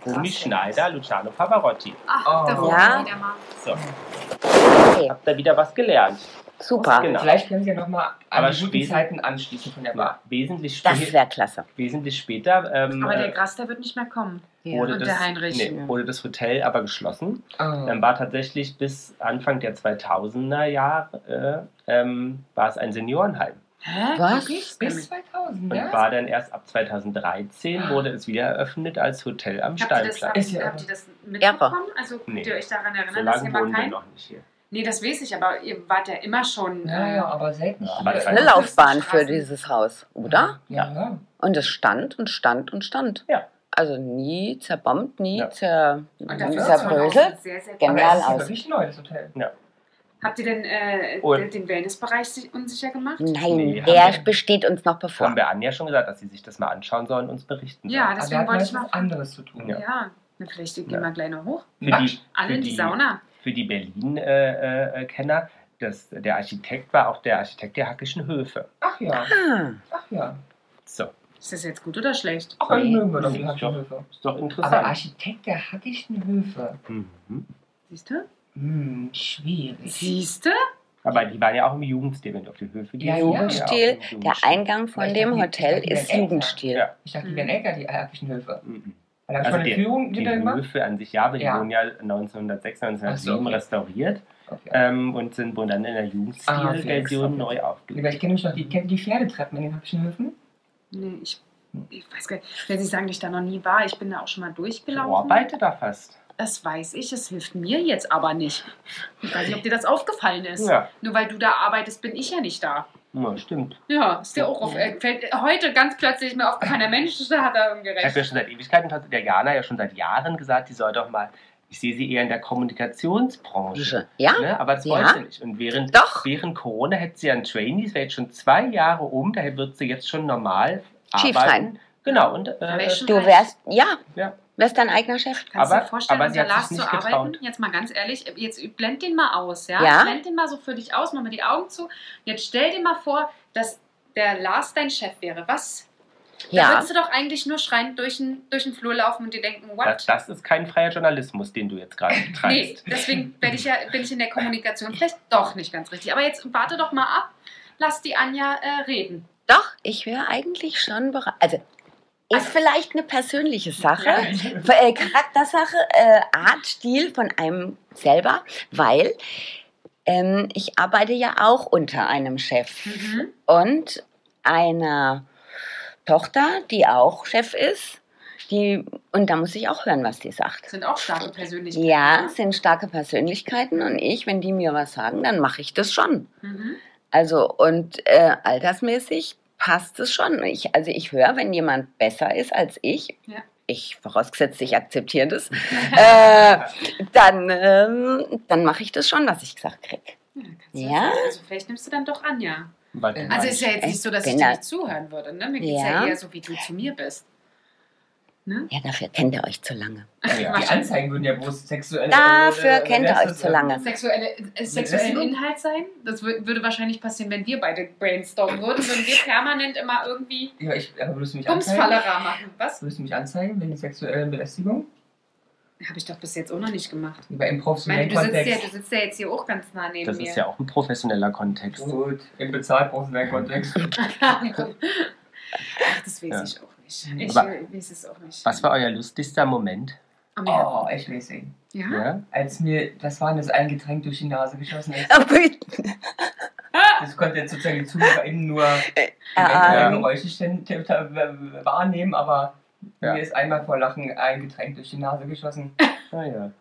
S1: Romy Schneider, Luciano Pavarotti.
S2: Ach, da
S3: Oh.
S2: wurde
S4: Ja.
S2: wieder mal.
S1: So,
S4: okay.
S1: habt ihr wieder was gelernt.
S4: Super.
S1: Genau.
S3: Vielleicht können Sie ja nochmal an
S1: Aber
S3: die guten
S1: spät-
S3: Zeiten anschließen von der Bar.
S1: Wesentlich,
S4: Das
S1: spä
S4: wäre klasse.
S1: wesentlich später ähm,
S2: Aber der
S1: äh,
S2: Gras, der wird nicht mehr kommen.
S1: wurde,
S2: Und
S1: das,
S2: der Heinrich.
S1: Nee, wurde das Hotel aber geschlossen.
S3: Ah.
S1: Dann war tatsächlich bis Anfang der 2000er Jahre äh, ähm, war es ein Seniorenheim.
S2: Hä?
S4: Was?
S2: Wirklich?
S3: Bis
S2: Bis
S3: 2000,
S1: Und
S3: ja?
S1: war dann erst ab 2013 wurde es wieder eröffnet als Hotel am
S2: habt, ihr das,
S1: Steinplatz.
S2: habt,
S3: Ist ja
S2: habt
S3: aber-
S2: ihr das mitbekommen? Also könnt
S1: Nee.
S2: ihr euch daran
S1: So
S2: erinnern, dass
S1: lange
S2: hier mal
S1: wohnen wir
S2: kein...
S1: noch nicht hier.
S2: Nee, das weiß ich, aber ihr wart ja immer schon...
S3: Ja,
S2: äh,
S3: ja, aber selten.
S1: Ja, aber
S3: hier.
S1: das
S4: Eine Laufbahn für dieses Haus, oder?
S3: Ja, ja.
S4: Und es stand und stand und stand.
S1: Ja.
S4: Also nie zerbombt, nie
S1: Ja.
S4: zer
S2: äh, Und
S3: Ja,
S2: dafür
S3: ist ja
S2: ist man auch
S4: zerbröselt.
S2: sehr, sehr
S4: Genial
S3: aber es ist
S4: aus.
S3: wirklich ein neues Hotel.
S2: Habt ihr denn äh,
S1: Und-
S2: den Wellnessbereich sich unsicher gemacht?
S4: Nein,
S1: Nee,
S4: der
S1: haben wir-
S4: besteht uns noch bevor.
S1: Haben wir Anja schon gesagt, dass sie sich das mal anschauen soll und uns berichten
S2: Ja,
S1: soll.
S3: Aber
S2: deswegen
S3: wir
S2: wollte
S3: hatten
S2: ich mal
S3: was anderes zu tun.
S2: Ja. Na, vielleicht gehen
S1: Ja.
S2: wir gleich noch hoch.
S1: Für die,
S2: Alle
S1: für
S2: in die Sauna.
S1: Für die äh, Berlin-Kenner, der Architekt war auch der Architekt der Hackischen Höfe.
S3: Ach ja,
S4: Ah,
S3: ach ja.
S1: So,
S2: Ist das jetzt gut oder schlecht?
S3: Ach, die
S1: Nee,
S3: mögen wir doch, die
S1: nee,
S3: Hackischen
S1: doch.
S3: Höfe.
S1: ist doch
S3: Aber
S1: interessant.
S3: Architekt der Hackischen Höfe.
S1: mhm.
S2: Siehst du?
S3: Hm, schwierig.
S2: Siehst du?
S1: Aber die waren ja auch im Jugendstil, wenn du auf die Höfe gehst.
S3: Ja,
S1: die waren
S4: Jugendstil,
S1: auch im
S4: der Eingang von
S3: Vielleicht
S4: dem
S3: haben die-
S4: Hotel
S3: vielleicht haben die
S4: ist
S3: einen Elfer.
S4: Jugendstil.
S1: Ja.
S3: Ich dachte, die
S2: Mhm.
S3: wären älter, die Hackischen Höfe.
S1: Mhm.
S3: Weil da hab ich
S1: Also
S3: schon eine
S1: die-
S3: Führung
S1: Die
S3: wieder gemacht.
S1: Höfe an sich, ja, aber die
S3: Ja.
S1: wurden ja 1906, 1907
S3: Ach so, okay.
S1: restauriert
S3: Okay.
S1: ähm, und sind wurden dann in der
S3: Ah, okay,
S1: Jugendstil-Version
S3: extra.
S1: neu
S3: Lieber, Ich
S1: aufgelegt.
S3: kenne mich noch, die, kennt ihr die Pferdetreppen in den Hackischen Höfen?
S2: Nee, ich, ich weiß gar nicht. Wenn Sie sagen, dass ich da noch nie war, ich bin da auch schon mal
S1: Ich
S2: durchgelaufen.
S1: arbeite da fast.
S2: Das weiß ich, es hilft mir jetzt aber nicht. Ich weiß nicht, ob dir das aufgefallen ist.
S1: Ja,
S2: Nur weil du da arbeitest, bin ich ja nicht da.
S1: ja stimmt.
S2: Ja, ist dir auch auf, äh, fällt heute ganz plötzlich mir aufgefallen, der Mensch da hat
S1: Ich habe
S2: da
S1: ja
S2: umgerechnet.
S1: schon seit Ewigkeiten, hat der Jana ja schon seit Jahren gesagt, die soll doch mal, ich sehe sie eher in der Kommunikationsbranche.
S4: Ja,
S1: Ne? Aber das
S4: Ja.
S1: wollte sie nicht. Und während,
S4: doch.
S1: während Corona hätte sie ja einen Trainee, es wäre jetzt schon zwei Jahre um, daher wird sie jetzt schon normal
S4: Chief
S1: arbeiten. Genau, und
S2: Da wär
S1: äh,
S2: ich schon
S4: Du
S2: reich.
S4: wärst, ja,
S1: Ja.
S4: wärst dein eigener Chef.
S2: Kannst du dir
S1: aber-
S2: vorstellen,
S1: aber
S2: unter
S1: sie hat
S2: Lars
S1: sich
S2: zu
S1: nicht
S2: arbeiten?
S1: getraut.
S2: Jetzt mal ganz ehrlich, jetzt blend den mal aus, ja?
S4: Ja.
S2: Blend den mal so für dich aus, mach mal die Augen zu. Jetzt stell dir mal vor, dass der Lars dein Chef wäre. Was? Da
S4: Ja,
S2: würdest du doch eigentlich nur schreiend durch den, durch den Flur laufen und dir denken, what?
S1: das, das ist kein freier Journalismus, den du jetzt gerade
S2: Nee,
S1: betreibst.
S2: deswegen bin ich, ja, bin ich in der Kommunikation vielleicht doch nicht ganz richtig. Aber jetzt warte doch mal ab, lass die Anja äh, reden.
S4: doch. Ich wäre eigentlich schon bereit. Also, ist vielleicht eine persönliche Sache.
S2: Ja.
S4: äh, Charaktersache, äh, Art, Stil von einem selber, weil ähm, ich arbeite ja auch unter einem Chef
S2: Mhm.
S4: und einer Tochter, die auch Chef ist. Die, und da muss ich auch hören, was die sagt.
S2: Sind auch starke Persönlichkeiten.
S4: Ja, sind starke Persönlichkeiten und ich, wenn die mir was sagen, dann mache ich das schon.
S2: Mhm.
S4: Also und äh, altersmäßig passt es schon. Ich, also ich höre, wenn jemand besser ist als ich,
S2: Ja.
S4: ich vorausgesetzt, ich
S2: *laughs*
S4: akzeptiere das, äh, dann, ähm, dann mache ich das schon, was ich gesagt kriege.
S2: Ja, kannst du
S4: Ja.
S2: jetzt- Also vielleicht nimmst du dann doch Anja.
S1: Weil du
S2: Also
S1: meinst-
S2: ist ja jetzt nicht so, dass ich
S4: bin
S2: dir
S4: da-
S2: nicht zuhören würde. Ne? Mir geht es ja.
S4: Ja.
S2: eher so, wie du zu mir bist. Ne?
S4: Ja, dafür kennt ihr euch zu lange.
S2: *laughs*
S1: ja.
S3: Die Anzeigen würden ja bloß sexuelle.
S4: Dafür
S3: äh,
S4: kennt ihr
S3: letztes,
S4: euch zu
S3: äh,
S4: lange.
S2: Sexuelle, äh, sexuellen Inhalt sein? Das wür- würde wahrscheinlich passieren, wenn wir beide brainstormen würden, würden wir permanent immer irgendwie
S3: Ja, ich, aber würdest du mich anzeigen?
S2: Bumsfallera machen. Was?
S3: Würdest du mich anzeigen wegen sexueller Belästigung?
S2: Habe ich doch bis jetzt auch noch nicht gemacht.
S3: Über im
S2: Ich meine,
S3: professionellen
S2: du sitzt, ja,
S3: Kontext.
S2: du sitzt ja jetzt hier auch ganz nah neben
S1: Das
S2: mir. *laughs*
S1: ist ja auch ein professioneller Kontext.
S3: Gut, im bezahlt professionellen Kontext.
S2: Ach, das weiß
S1: Ja.
S2: ich auch nicht. Ich
S1: Aber-
S2: äh, weiß es auch nicht.
S1: Was war euer lustigster Moment?
S2: Oh, ja.
S3: Oh, echt mäßig.
S2: Ja?
S1: Ja?
S3: Als mir das Warnes ein Getränk durch die Nase geschossen ist,
S4: Äh,
S2: Ah!
S3: das konnte jetzt sozusagen die ZuhörerInnen nur
S4: Äh,
S1: Ja.
S3: ja. Geräusche ständ- t- t- wahrnehmen, aber
S1: Ja.
S3: mir ist einmal vor Lachen ein Getränk durch die Nase
S2: *laughs*
S3: geschossen.
S1: Naja.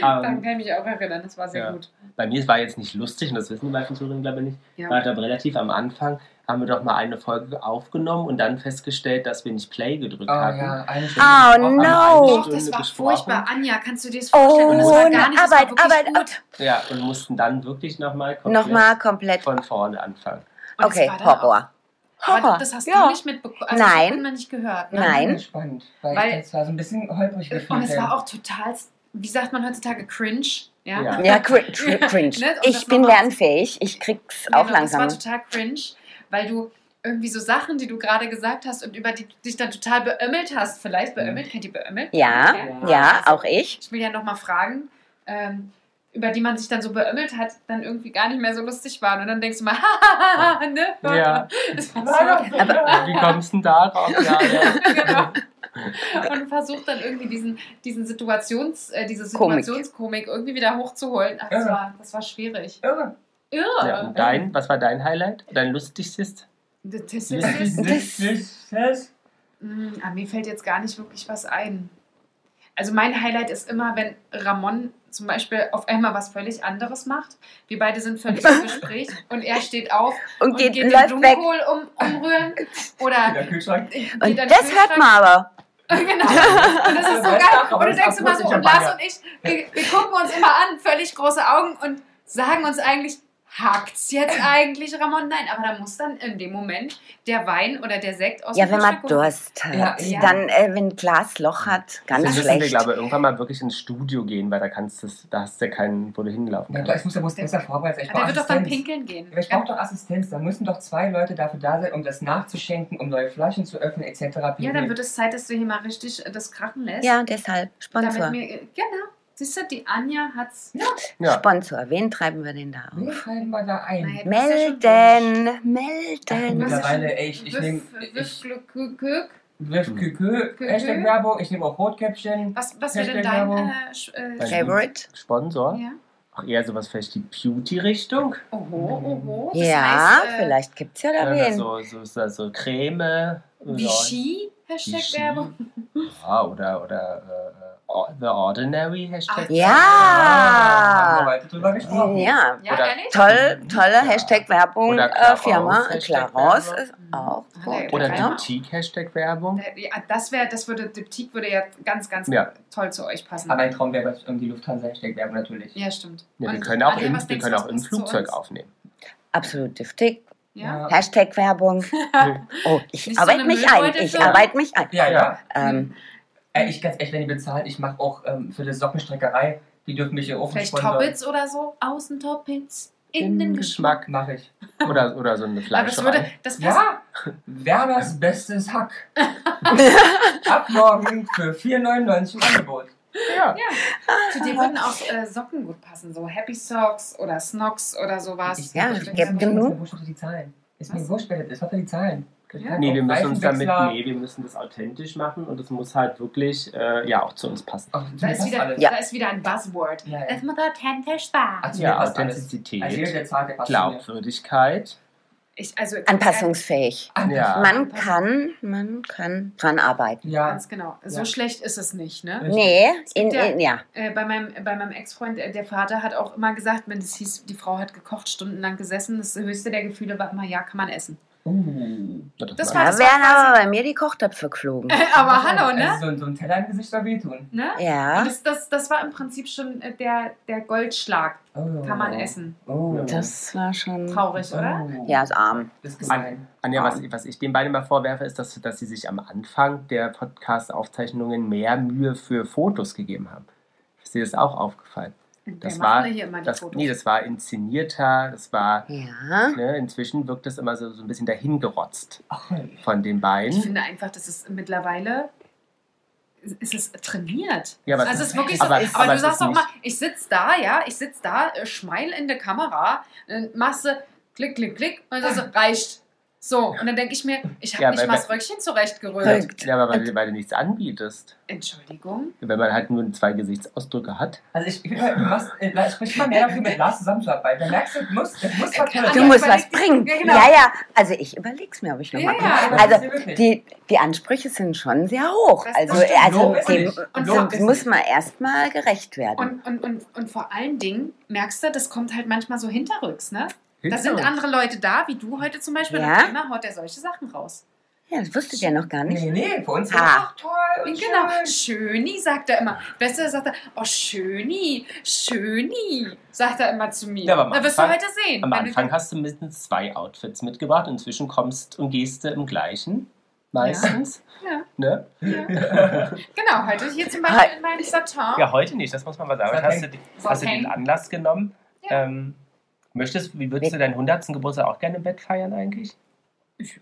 S2: Daran
S1: Ähm,
S2: kann ich mich auch erinnern, das war sehr
S1: Ja.
S2: gut.
S1: bei mir war jetzt nicht lustig und das wissen die meisten Zuhörer, glaube ich, nicht.
S2: Ja.
S1: Gerade aber relativ am Anfang haben wir doch mal eine Folge aufgenommen und dann festgestellt, dass wir nicht Play gedrückt
S3: Oh
S1: hatten.
S3: ja, eine Stunde.
S4: Oh
S1: Haben
S4: no.
S1: eine
S4: Oh.
S2: Doch,
S1: Stunde
S2: das war
S1: gesprochen.
S2: furchtbar. Anja, kannst du dir das vorstellen? Und das
S4: Oh,
S2: war gar nicht, das war
S4: Arbeit,
S2: wirklich
S4: Arbeit,
S2: gut.
S4: Arbeit.
S1: Ja, und mussten dann wirklich nochmal
S4: Nochmal komplett.
S1: von vorne anfangen.
S2: Und das
S4: Okay,
S2: war dann
S4: Horror.
S2: Auch, aber
S4: Horror.
S2: das hast
S4: ja.
S2: du nicht mitbekommen. Also
S4: Nein.
S2: Das hat man nicht gehört. Ne?
S4: Nein.
S3: Spannend, weil,
S2: Weil-
S3: ich jetzt war so ein bisschen holprig
S2: Und
S3: gefühlt.
S2: es war auch total, wie sagt man heutzutage, cringe. Ja.
S1: Ja.
S4: Ja,
S2: *laughs*
S4: cr- cr- cringe.
S2: Ne, und das
S4: Ich bin
S2: nochmal-
S4: lernfähig. Ich krieg's auch
S2: Genau,
S4: langsam.
S2: Das war total cringe, weil du irgendwie so Sachen, die du gerade gesagt hast und über die du dich dann total beömmelt hast, vielleicht beömmelt, kennt ihr beömmelt?
S4: Ja, ja, auch ich.
S2: Ich will ja nochmal fragen, ähm, über die man sich dann so beömmelt hat, dann irgendwie gar nicht mehr so lustig waren. Und dann denkst du mal, *laughs* hahaha, ne?
S1: Ja.
S2: Das war so.
S1: Wie kommst du denn darauf? Ja,
S4: *laughs*
S1: ja.
S2: Genau. *laughs* Und versucht dann irgendwie diesen, diesen Situations, äh, diese
S4: Komik.
S2: Situationskomik irgendwie wieder hochzuholen. Ach, das,
S3: Ja.
S2: war, das war schwierig.
S3: *laughs* Irre.
S2: Irre.
S1: ja und dein, was war dein Highlight? Dein lustigstes?
S2: Das ist,
S1: Das *laughs* ist-
S4: Das-
S3: das,
S2: Mm, ah, mir fällt jetzt gar nicht wirklich was ein. Also mein Highlight ist immer, wenn Ramon zum Beispiel auf einmal was völlig anderes macht. Wir beide sind völlig
S4: *laughs*
S2: im Gespräch und er steht auf
S4: Und,
S2: und geht,
S4: geht,
S2: den
S4: läuft weg.
S2: Blumenkohl um, umrühren.
S3: der
S2: Oder
S3: Kühlschrank.
S2: geht an
S4: Und
S2: den
S4: das hört
S2: Kühlschrank.
S4: man aber.
S2: *laughs* Genau. Und das ist so geil. Und du denkst immer so, und Lars
S3: Champagner.
S2: und ich, wir, wir gucken uns immer an, völlig große Augen und sagen uns eigentlich, hakt's jetzt eigentlich, Ramon? Nein, aber da muss dann in dem Moment der Wein oder der Sekt aus
S4: Ja,
S2: dem
S4: wenn man
S2: Kühlschrank kommen.
S4: Durst hat,
S3: Ja, ja.
S4: dann, äh, wenn ein Glas Loch hat, ganz
S1: Deswegen Also müssen
S4: schlecht.
S1: wir, glaube ich, irgendwann mal wirklich ins Studio gehen, weil da kannst du, da hast du ja keinen, wo du hinlaufen
S3: Ja,
S1: kannst.
S3: ich muss ja bloß besser vorbereitet sein. Ich
S2: Aber der
S3: brauche
S2: wird doch dann
S3: Assistenz.
S2: pinkeln gehen.
S3: Ja, Ich brauche doch Assistenz. Da müssen doch zwei Leute dafür da sein, um das nachzuschenken, um neue Flaschen zu öffnen, etc.
S2: Ja, dann wird es Zeit, dass du hier mal richtig äh, das krachen lässt.
S4: ja, deshalb Sponsor.
S2: Damit mir, genau. Siehst du, die Anja hat's.
S1: Ja.
S4: Sponsor, wen treiben wir
S2: Hm.
S4: denn da
S3: Wir
S4: auf?
S3: fallen mal da ein.
S2: Nein.
S4: Melden,
S3: Ach,
S4: melden.
S3: Mittlerweile, ey, ich, ich nehme ich,
S2: nehme.
S3: Wirf
S1: Mhm.
S3: Kükö,
S2: Kükö.
S3: Hashtag Werbung, ich nehme auch Rotkäppchen.
S2: Was, was wäre denn dein.
S3: Hashtag Werbung.
S2: Äh, Sch- äh,
S1: Dein-
S2: Sch-
S4: Favorite?
S1: Sponsor?
S2: ja?
S1: Auch eher sowas vielleicht die Beauty-Richtung.
S2: Oho, oho. Das
S4: Ja,
S2: heißt, äh,
S4: vielleicht gibt es ja da
S1: Ja,
S4: wen.
S1: so, so, so, so Creme. ja.
S2: Vichy, Hashtag
S1: Vichy.
S2: Werbung.
S1: Ja, oder, oder äh, Or- The Ordinary
S4: Ah,
S1: Hashtag.
S3: haben wir
S4: Ja,
S3: heute drüber
S2: Oh,
S3: gesprochen.
S4: ja.
S2: Ja,
S1: Oder-
S2: ehrlich?
S4: Toll,
S1: Ah,
S4: tolle
S1: Ja.
S4: Hashtag-Werbung,
S1: Oder
S4: äh,
S1: Clarence
S4: Firma.
S1: Hashtag
S4: Clarence
S1: Werbung.
S4: ist auch
S2: Ah,
S4: gut. ne?
S2: der-
S1: Oder
S2: Ja.
S1: Diptyque-Hashtag-Werbung.
S2: Da- Äh, Ja, das wäre, das würde, Diptyque würde ja ganz, ganz
S1: Ja.
S2: toll zu euch passen.
S3: Aber ein Traum wäre was um die Lufthansa-Hashtag-Werbung natürlich.
S2: ja, stimmt.
S1: Ja, wir
S2: Und
S1: können auch,
S2: Anja,
S1: im,
S2: was
S1: wir
S2: denkst
S1: können
S2: du,
S1: auch
S2: was
S1: im
S2: passt zu
S1: Flugzeug
S2: uns? *laughs*
S1: aufnehmen.
S4: Absolut diftig.
S3: ja,
S2: Ja.
S4: Hashtag-Werbung. Oh, ich
S2: Nicht so
S4: arbeite
S2: eine
S4: mich ein.
S2: Müllbeutel
S4: Ich
S2: für-
S4: arbeite mich ein.
S3: ja. ja.
S4: Ähm,
S3: Äh, ich ganz ehrlich, wenn die bezahlen, ich mache auch ähm, für die Sockenstreckerei, die dürfen mich hier auch
S2: Vielleicht
S3: sponsern.
S2: Toppets oder so, Außentoppets, Innengeschmack.
S3: Mache ich.
S1: Oder, oder
S3: *laughs*
S1: so eine
S2: Aber das
S1: Fleischerei.
S2: würde, das passt.
S3: Ja, Werners bestes Hack. Ab morgen für 4,99 im Angebot. *laughs*
S1: Ja.
S2: Zu dir würden auch äh, Socken gut passen, so Happy Socks oder Snocks oder sowas.
S4: Ja,
S3: Ich- ich-
S4: gibt
S3: ich-
S4: genug.
S3: Wurscht, ob die Zahlen. Ist
S2: Was?
S3: mir wurscht, wer das ist. Hauptsache die Zahlen.
S2: Ja.
S1: Nee, wir müssen uns damit,
S3: Reifenwechsler.
S1: nee, wir müssen das authentisch machen und es muss halt wirklich, äh, ja, auch zu uns passen.
S3: Ach, zu mir
S2: Da ist,
S3: passt
S2: wieder,
S3: alles.
S4: Ja.
S2: da ist wieder ein Buzzword.
S3: Ja, ja.
S2: Das muss authentisch sein.
S3: Ach, zu mir
S1: Ja,
S3: passt alles. Also jeder,
S1: Authentizität,
S3: der zahlt, der passt zu mir.
S1: Glaubwürdigkeit.
S2: Ich, also, ganz
S4: anpassungsfähig.
S1: Ja.
S4: Man kann, man kann dran arbeiten.
S2: ehrlich,
S3: Ja,
S2: Ganz genau. So
S3: Ja.
S2: schlecht ist es nicht, ne?
S3: Richtig.
S4: Nee, in,
S2: gibt ja-
S4: in, ja.
S2: Äh, bei meinem, bei meinem Ex-Freund, äh, der Vater hat auch immer gesagt, wenn es hieß, die Frau hat gekocht, stundenlang gesessen, das höchste der Gefühle war immer, ja, kann man essen.
S3: Uh.
S2: Das war-
S4: Da wären aber bei mir die Kochtöpfe geflogen.
S2: Aber hallo, ne?
S3: Also so, ein- so ein Teller im Gesicht soll wehtun.
S2: ne? Und
S4: Ja,
S2: Das, das, das war im Prinzip schon äh, der, der Goldschlag, kann man essen.
S3: Oh. Mhm.
S4: das war schon.
S2: Traurig, oder?
S4: Ja, ist arm.
S3: Das ist gemein.
S1: Anja, was, was ich den beiden mal vorwerfe, ist, dass, dass sie sich am Anfang der Podcast-Aufzeichnungen mehr Mühe für Fotos gegeben haben. Ist dir das auch aufgefallen? Das
S2: Wer macht
S1: war-
S2: denn hier immer die
S1: Das,
S2: Fotos?
S1: nee, das war inszenierter, das war,
S4: Ja.
S1: ne, inzwischen wirkt das immer so, so ein bisschen dahingerotzt
S3: Ach,
S1: von den
S2: ich
S1: beiden.
S2: finde einfach, das ist mittlerweile ist es trainiert.
S1: Ja, aber es
S2: also es
S1: ist-
S2: ist wirklich so,
S1: aber-
S2: aber,
S1: aber
S2: du
S1: es
S2: sagst
S1: ist
S2: doch mal, ich sitze da, ja, ich sitze da, äh, schmeil in der Kamera, dann machst du klick, klick, klick und dann so, reicht. So, und dann denke ich mir, ich habe
S1: Ja,
S2: nicht
S1: weil-
S2: mal das Röckchen zurechtgerührt.
S4: Verrückt.
S1: Ja, aber weil, du- weil du nichts anbietest.
S2: Entschuldigung.
S1: Wenn man halt nur zwei Gesichtsausdrücke hat.
S3: Also ich, ich, du machst, äh, ich sprich mal mehr darüber, mit Lars zusammenzuarbeiten. Da merkst du, du musst, das muss was
S4: Du
S2: Anja,
S3: tolles
S4: musst was
S2: überleg dich-
S4: bringen.
S2: Ja, *laughs* genau.
S4: Ja, ja. Also ich überleg's mir, ob ich
S2: Ja,
S4: nochmal.
S2: ja.
S4: Also, Die, die Ansprüche sind schon sehr hoch.
S2: Das
S4: Also,
S2: stimmt.
S4: also
S3: Lob ist
S4: dem
S3: nicht.
S2: Und
S3: Lob
S4: dem
S3: ist
S4: muss
S3: nicht.
S4: man erstmal gerecht werden.
S2: Und, und, und, und vor allen Dingen merkst du, das kommt halt manchmal so hinterrücks, ne? Da
S1: Hilft
S2: sind
S1: uns.
S2: andere Leute da, wie du heute zum Beispiel,
S4: Ja.
S2: und auf einmal haut er solche Sachen raus.
S4: Ja, das wusstet ihr noch gar nicht.
S3: Nee, nee, für uns ist
S4: Ah.
S3: das auch toll. Und
S2: Genau,
S3: Schön.
S2: Schöni sagt er immer. Weißt du, sagt er, oh Schöni, Schöni, sagt er immer zu mir.
S1: Ja, aber am
S2: da wirst du
S1: Anfang-
S2: heute sehen.
S1: Am
S2: wenn du-
S1: Anfang hast du mindestens zwei Outfits mitgebracht, inzwischen kommst und gehst du im gleichen, meistens.
S2: Ja.
S1: Ne?
S2: Ja. genau, heute hier zum Beispiel in meinem Satin.
S1: Ja, heute nicht, das muss man mal sagen.
S3: Sateng.
S1: Hast du, die- hast du
S2: Sateng.
S1: den Anlass genommen?
S2: Ja.
S1: Ähm, möchtest, wie würdest du deinen 100. Geburtstag auch gerne im Bett feiern eigentlich?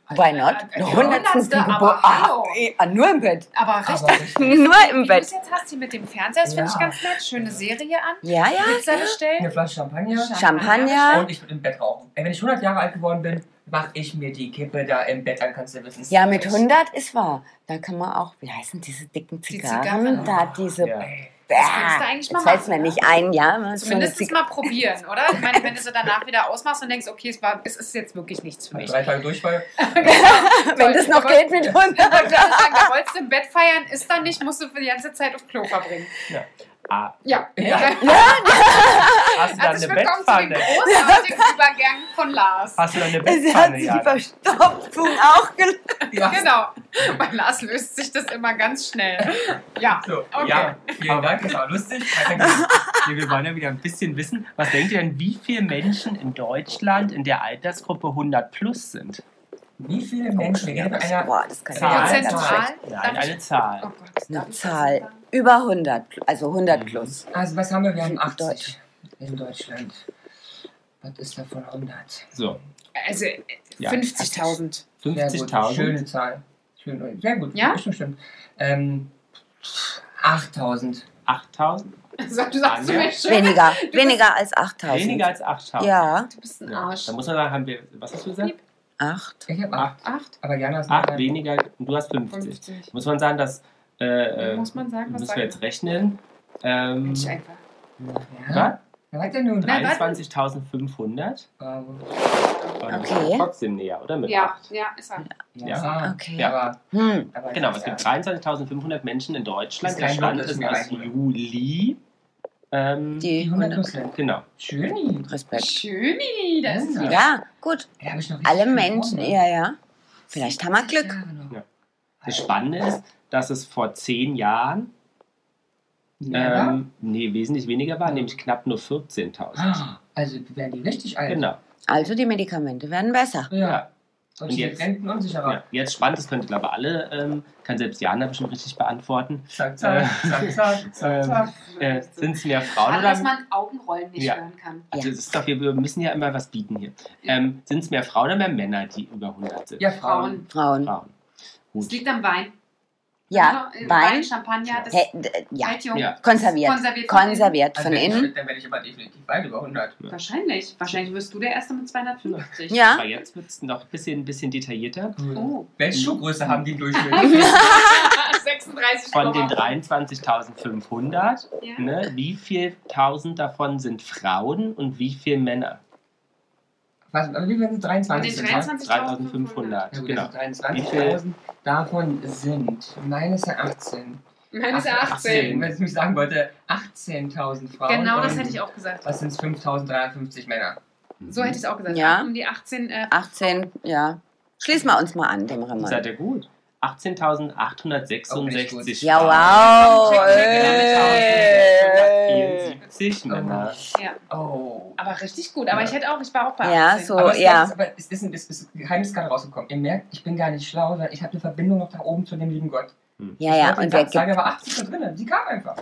S4: Why not?
S2: Die
S4: 100.
S2: hundertste, aber
S4: Geburt. Ah,
S2: hallo.
S4: eh, nur
S2: *laughs*
S4: im Bett.
S2: Aber richtig,
S3: Aber
S4: *laughs*
S3: richtig.
S4: Nur
S2: wie
S4: im
S2: du
S4: Bett.
S2: es jetzt hast, hier mit dem Fernseher, das finde ich
S3: Ja.
S2: ganz nett. Schöne Serie an,
S4: Ja, ja.
S2: Pizza bestellen.
S3: Eine Flasche Champagner.
S4: Champagner.
S3: Und ich bin im Bett rauchen. Ey, wenn ich 100 Jahre alt geworden bin, mache ich mir die Kippe da im Bett, dann kannst du wissen. es
S4: Ja, mit
S3: ist-
S4: 100 ist wahr. Da kann man auch, wie heißen diese dicken
S2: Die
S4: Zigarren?
S2: Zigarren.
S4: da diese.
S1: Ja.
S2: kannst du
S4: Bäh,
S2: eigentlich
S4: jetzt
S2: mal
S4: fällt
S2: machen,
S4: mir
S2: ne?
S4: nicht ein, ja. man hat so eine
S2: Zumindest
S4: Zig-
S2: mal probieren, oder? Ich meine, wenn du sie danach wieder ausmachst und denkst, okay, es, war, es ist jetzt wirklich nichts für
S3: Nach
S2: mich.
S3: drei Tage Durchfall.
S4: Wenn das noch
S2: *laughs*
S4: geht mit 100.
S2: Ich wollte gerade sagen, da wolltest du im Bett feiern, ist da nicht, musst du für die ganze Zeit auf Klo verbringen.
S1: Ah,
S2: Ja.
S3: Ja.
S2: Ah,
S1: hast du da
S2: Herzlich
S1: eine
S2: willkommen zu dem
S1: Bettpfanne? *laughs*
S2: großartigen Übergang von Lars.
S1: Hast du *laughs* da eine
S4: Sie hat
S1: Bettpfanne?
S4: die
S1: Ja.
S4: Verstopfung auch gelöst.
S3: Ja.
S2: Genau. Bei Lars löst sich das immer ganz schnell. Ja.
S3: So,
S2: Okay.
S3: ja, vielen Dank, das war lustig. Weiter geht's.
S1: Ja, wir wollen ja wieder ein bisschen wissen, was denkt ihr denn, wie viele Menschen in Deutschland in der Altersgruppe 100 plus sind?
S3: Wie viele Menschen, wir reden von einer
S4: Boah, das kann ich
S3: Zahl.
S4: nicht sagen.
S2: Prozentual? Darf
S1: Nein,
S2: ich-
S1: eine Zahl.
S2: Oh Gott, darf ich
S4: Eine
S2: das
S4: Zahl.
S2: sagen?
S4: Über 100, pl- also 100
S1: Mhm.
S4: plus.
S3: Also was haben wir? Wir haben
S4: In
S3: 80 in Deutschland. Was ist davon 100?
S1: So,
S2: Also äh,
S1: Ja.
S2: 50.000.
S3: Sehr gut,
S1: 50.000.
S3: Schöne Zahl. Schön, sehr gut.
S2: Ja?
S3: Stimmt, stimmt. Ähm, 8000.
S1: 8.000?
S2: *laughs* So, du sagst du
S1: Anja?
S2: mir schön.
S4: Weniger, weniger als 8000.
S1: Weniger als 8.000.
S4: Ja,
S2: Du bist ein
S1: Ja.
S2: Arsch.
S1: Da muss man sagen, haben wir, was hast du gesagt?
S4: 8.
S3: Ich habe 8.
S1: Acht,
S2: Acht,
S3: Aber Jana ist
S1: acht
S3: noch-
S1: weniger und du hast 50.
S2: 50.
S1: Muss man sagen, dass. Äh, äh,
S2: Muss man sagen, was
S1: müssen
S2: sagen?
S1: wir jetzt rechnen? Ähm,
S2: Mensch, einfach.
S3: Ja.
S1: ja,
S3: Wer war denn nun?
S2: Nein. warte.
S1: 23.500.
S3: Bravo.
S1: Aber das
S4: Okay.
S1: ist Trotzdem näher, oder? Mit
S2: Ja,
S1: acht.
S2: ja, ist er.
S3: Ja,
S4: Okay.
S3: Ja. Aber,
S4: Hm.
S3: aber
S1: Genau,
S3: ja,
S1: es gibt
S3: ja.
S1: 23.500 Menschen in Deutschland.
S3: Ist
S1: Der
S3: kein
S1: Stand
S3: Wunder, dass
S1: ist
S3: wir
S1: aus
S3: reich sind.
S1: Juli. Ähm,
S4: Die
S3: 100
S4: 100.
S3: Prozent.
S1: genau.
S3: Schön.
S4: Respekt.
S2: Schöni, da ist sie.
S3: Ja.
S4: Ja, gut.
S3: Da hab ich noch richtig
S4: Alle
S3: viel
S4: Menschen,
S3: vor, ne?
S4: ja, ja. Vielleicht haben wir Glück.
S3: Jahre noch. Also,
S1: Ja. Das Spannende ist, dass es vor zehn Jahren
S3: Ja.
S1: ähm, nee, wesentlich weniger war, nämlich knapp nur 14.000.
S3: Ah, Also werden die richtig alt.
S1: Genau.
S4: Also die Medikamente werden besser.
S3: Ja. Und,
S1: Und
S3: die
S1: jetzt-
S3: Renten unsicherer.
S1: Ja, jetzt spannend, das könnt ihr glaube ich alle, ähm, kann selbst Jana bestimmt richtig beantworten.
S3: Zack, zack,
S1: *laughs*
S3: zack,
S1: Ähm.
S3: zack, zack, zack.
S1: Äh, Sind es mehr Frauen
S2: Schade, dass
S1: oder
S2: man Augenrollen nicht
S1: Ja.
S2: hören kann.
S1: also es ist doch, wir wir müssen ja immer was bieten hier. Ähm, sind es mehr Frauen oder mehr Männer, die über 100 sind?
S3: Ja, Frauen.
S2: Frauen.
S1: Frauen.
S4: Frauen.
S2: Es
S1: Gut.
S2: liegt am Wein.
S4: Ja,
S2: Also, äh, Wein,
S4: Wein.
S2: Champagner, das
S4: Hä- d- Ja,
S2: halt jung.
S1: Ja.
S4: konserviert.
S2: Konserviert. von innen.
S4: Konserviert von
S3: Also, wenn ich
S4: innen.
S3: fit, Dann werde ich aber definitiv weit über 100.
S2: Wahrscheinlich. Wahrscheinlich wirst du der Erste mit 250.
S4: Ja.
S1: Aber jetzt wird es noch ein bisschen, ein bisschen detaillierter.
S2: Oh.
S3: Hm. Welche Schuhgröße haben die im
S4: *laughs*
S3: Durchschnitt?
S2: *laughs* 36
S1: Von den 23.500, ne, wie viel tausend davon sind Frauen und wie viel Männer?
S3: Was, aber wie werden es 23?
S2: Von den
S3: sind, ja?
S2: 23.500.
S3: Also
S1: 3.500, genau. Wie viel?
S3: genau. 23.000 davon sind meines Erachtens 18.
S2: Meines Erachtens.
S1: 18.
S3: Wenn ich mich sagen wollte, 18.000 Frauen.
S2: Genau
S1: Oh,
S2: das
S3: und
S2: hätte ich auch gesagt.
S3: Was sind es 5.350 Männer?
S2: also So hätte ich es auch gesagt.
S4: Ja.
S2: Um die 18. Äh,
S4: 18, ja. Schließen wir uns mal an, dem
S1: Das
S4: Ramon.
S1: seid ihr gut. 18.866
S3: Ja,
S4: wow.
S1: Frauen,
S4: Ey.
S1: 74 Männer.
S2: ja.
S3: Oh.
S2: Aber richtig gut. Aber ich hätte auch, ich war auch bei Also 18.
S4: Ja, so.
S3: aber es
S4: ja.
S3: ist, aber es ist, ein- es ist ein Geheimnis gerade rausgekommen. Ihr merkt, ich bin gar nicht schlau, weil ich habe eine Verbindung noch da oben zu dem lieben Gott.
S4: Ja, ja,
S3: ich
S4: und wer
S3: sage
S4: gibt.
S3: aber 80 schon drinnen. Die kam einfach.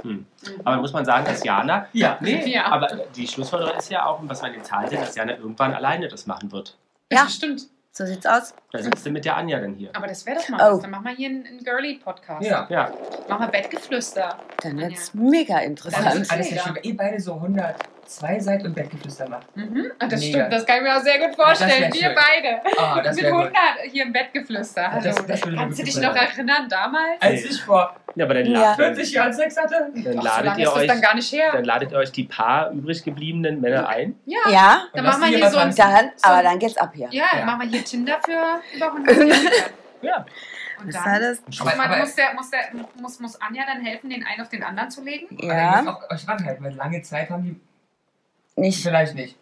S1: Aber muss man sagen, dass *laughs* Jana.
S3: Ja.
S1: Nee,
S2: Ja.
S1: aber die Schlussfolgerung ist ja auch, und was man in den Zahlen sieht, dass Jana irgendwann alleine das machen wird.
S4: Ja.
S2: Stimmt.
S4: So sieht's aus.
S1: Da sitzt sie mit der Anja dann hier.
S2: Aber das wäre doch mal
S4: Oh.
S2: was. Dann machen wir hier einen, einen Girly-Podcast.
S3: Ja.
S1: Ja,
S2: Machen wir Bettgeflüster.
S4: Dann wird's mega
S3: Das
S4: interessant.
S3: ist alles sehr schön. weil Ihr beide so 102 seid und Bettgeflüster macht.
S2: Mhm. Und das
S3: Mega.
S2: stimmt. Das kann ich mir auch sehr gut vorstellen.
S3: Das wär
S2: Wir
S3: schön.
S2: beide. *laughs*
S3: Ah, das
S2: mit
S3: wäre gut.
S2: 100 hier im Bettgeflüster. Hallo.
S3: Das- das würde
S2: Kannst du
S3: mir
S2: dich
S3: gut
S2: noch
S3: gefallen.
S2: erinnern damals?
S3: Als ich vor
S1: ja aber dann,
S4: Ja.
S1: la-
S3: 40 Jahren Sex hatte.
S1: dann,
S2: Ach, so
S1: ladet
S2: lange
S1: ihr
S2: ist das
S1: euch,
S2: dann gar nicht her.
S1: dann ladet ihr euch die paar übrig gebliebenen Männer ein.
S2: Ja.
S4: Ja,
S2: Dann
S3: Und was
S2: machen wir
S3: die
S2: hier so
S3: jemand
S2: ein-
S3: haben-
S4: dann, aber dann geht's ab hier.
S2: Ja,
S1: Ja.
S2: machen wir hier Tinder für über
S4: *laughs*
S2: 100 Euro.
S1: Ja.
S2: Und
S4: Ist
S2: dann
S4: alles?
S2: guck mal, muss, der, muss, der, muss, muss Anja dann helfen, den einen auf den anderen zu legen?
S3: Aber ihr
S4: Ja,
S3: müsst auch euch ranhalten, weil lange Zeit haben die
S4: nicht.
S3: vielleicht nicht.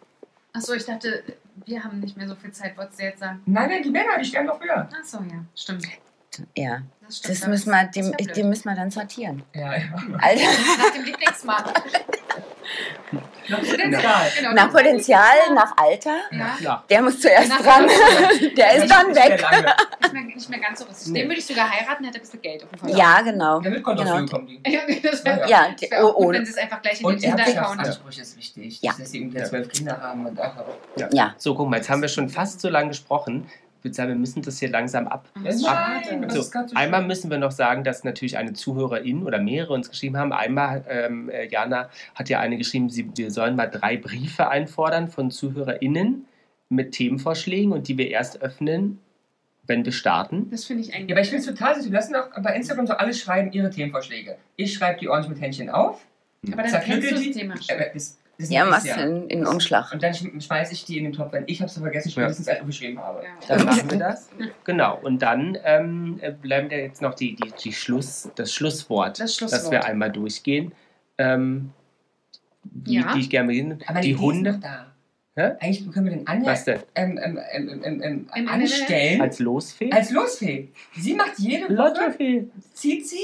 S2: Achso, ich dachte, wir haben nicht mehr so viel Zeit, wolltest du jetzt sagen.
S3: Nein, nein, die Männer, die sterben doch früher.
S2: Achso, ja, stimmt.
S4: Ja,
S2: Das, stimmt.
S4: das müssen wir, halt
S2: ist
S4: dem,
S2: ja blöd.
S4: dem müssen wir dann sortieren.
S3: Ja, ja.
S4: Alter. *laughs*
S2: Nach dem Genau, Lieblingsmann.
S3: Egal.
S2: Genau,
S4: Nach Potenzial, nach Alter.
S2: Ja,
S1: Ja.
S4: Der muss zuerst
S2: Nach-
S4: dran. Der ist dann
S3: Nicht mehr
S4: weg.
S3: lange.
S2: nicht mehr, nicht mehr ganz so richtig.
S1: Nee.
S2: Den würde ich sogar heiraten, hätte ein bisschen Geld auf dem Konto.
S4: Ja, genau.
S3: Der wird Kontos
S4: Genau.
S3: gekommen, die.
S2: *laughs* Ja, das wäre
S4: Ja, die,
S2: das wär
S4: oh,
S2: auch gut,
S4: oh.
S2: wenn sie es einfach gleich in den
S3: Und
S2: Tinder-Account
S3: Erbschaftsanspruch ist wichtig.
S4: Ja.
S3: Dass sie irgendwie zwölf Kinder haben und ach,
S4: Ja.
S1: So, guck mal, jetzt haben wir schon fast so lange gesprochen. Ich würde sagen, wir müssen das hier langsam ab.
S3: Nein, das
S1: So,
S3: ist ganz so
S1: einmal
S3: schön.
S1: müssen wir noch sagen, dass natürlich eine Zuhörerin oder mehrere uns geschrieben haben. Einmal, ähm, äh, Jana hat ja eine geschrieben, sie, wir sollen mal drei Briefe einfordern von ZuhörerInnen mit Themenvorschlägen und die wir erst öffnen, wenn wir starten.
S2: Das finde ich
S3: Ja,
S2: eigentlich.
S3: aber ich finde es total süß. Wir lassen auch bei Instagram so alle schreiben ihre Themenvorschläge. Ich schreibe die ordentlich mit Händchen auf.
S2: Aber dann
S3: Zerknüppel
S2: kennst du
S3: die-
S2: das Thema schon.
S3: Äh, das, das
S4: Ja,
S3: ist
S4: was in, in den Umschlag.
S3: Und dann sch- schmeiß ich die in den Topf, wenn ich habe es vergessen, spätestens als ich geschrieben habe.
S2: Ja.
S3: *laughs*
S1: Dann machen wir das. Genau. Und dann ähm, äh, bleiben ja jetzt noch die, die, die Schluss, das Schlusswort, das
S2: Das Schlusswort.
S1: wir einmal durchgehen. ähm, die,
S2: Ja.
S1: die ich gerne beginnen
S3: Aber
S1: Die
S3: Idee
S1: Hunde?
S3: Ist noch da.
S1: Hä?
S3: Eigentlich können wir den Anja
S1: Was denn?
S3: ähm, ähm, ähm, ähm, ähm,
S2: Im-
S3: anstellen als,
S1: Als Losfee?
S3: Losfee. Sie macht jede Woche,
S1: Lottofee.
S3: zieht sie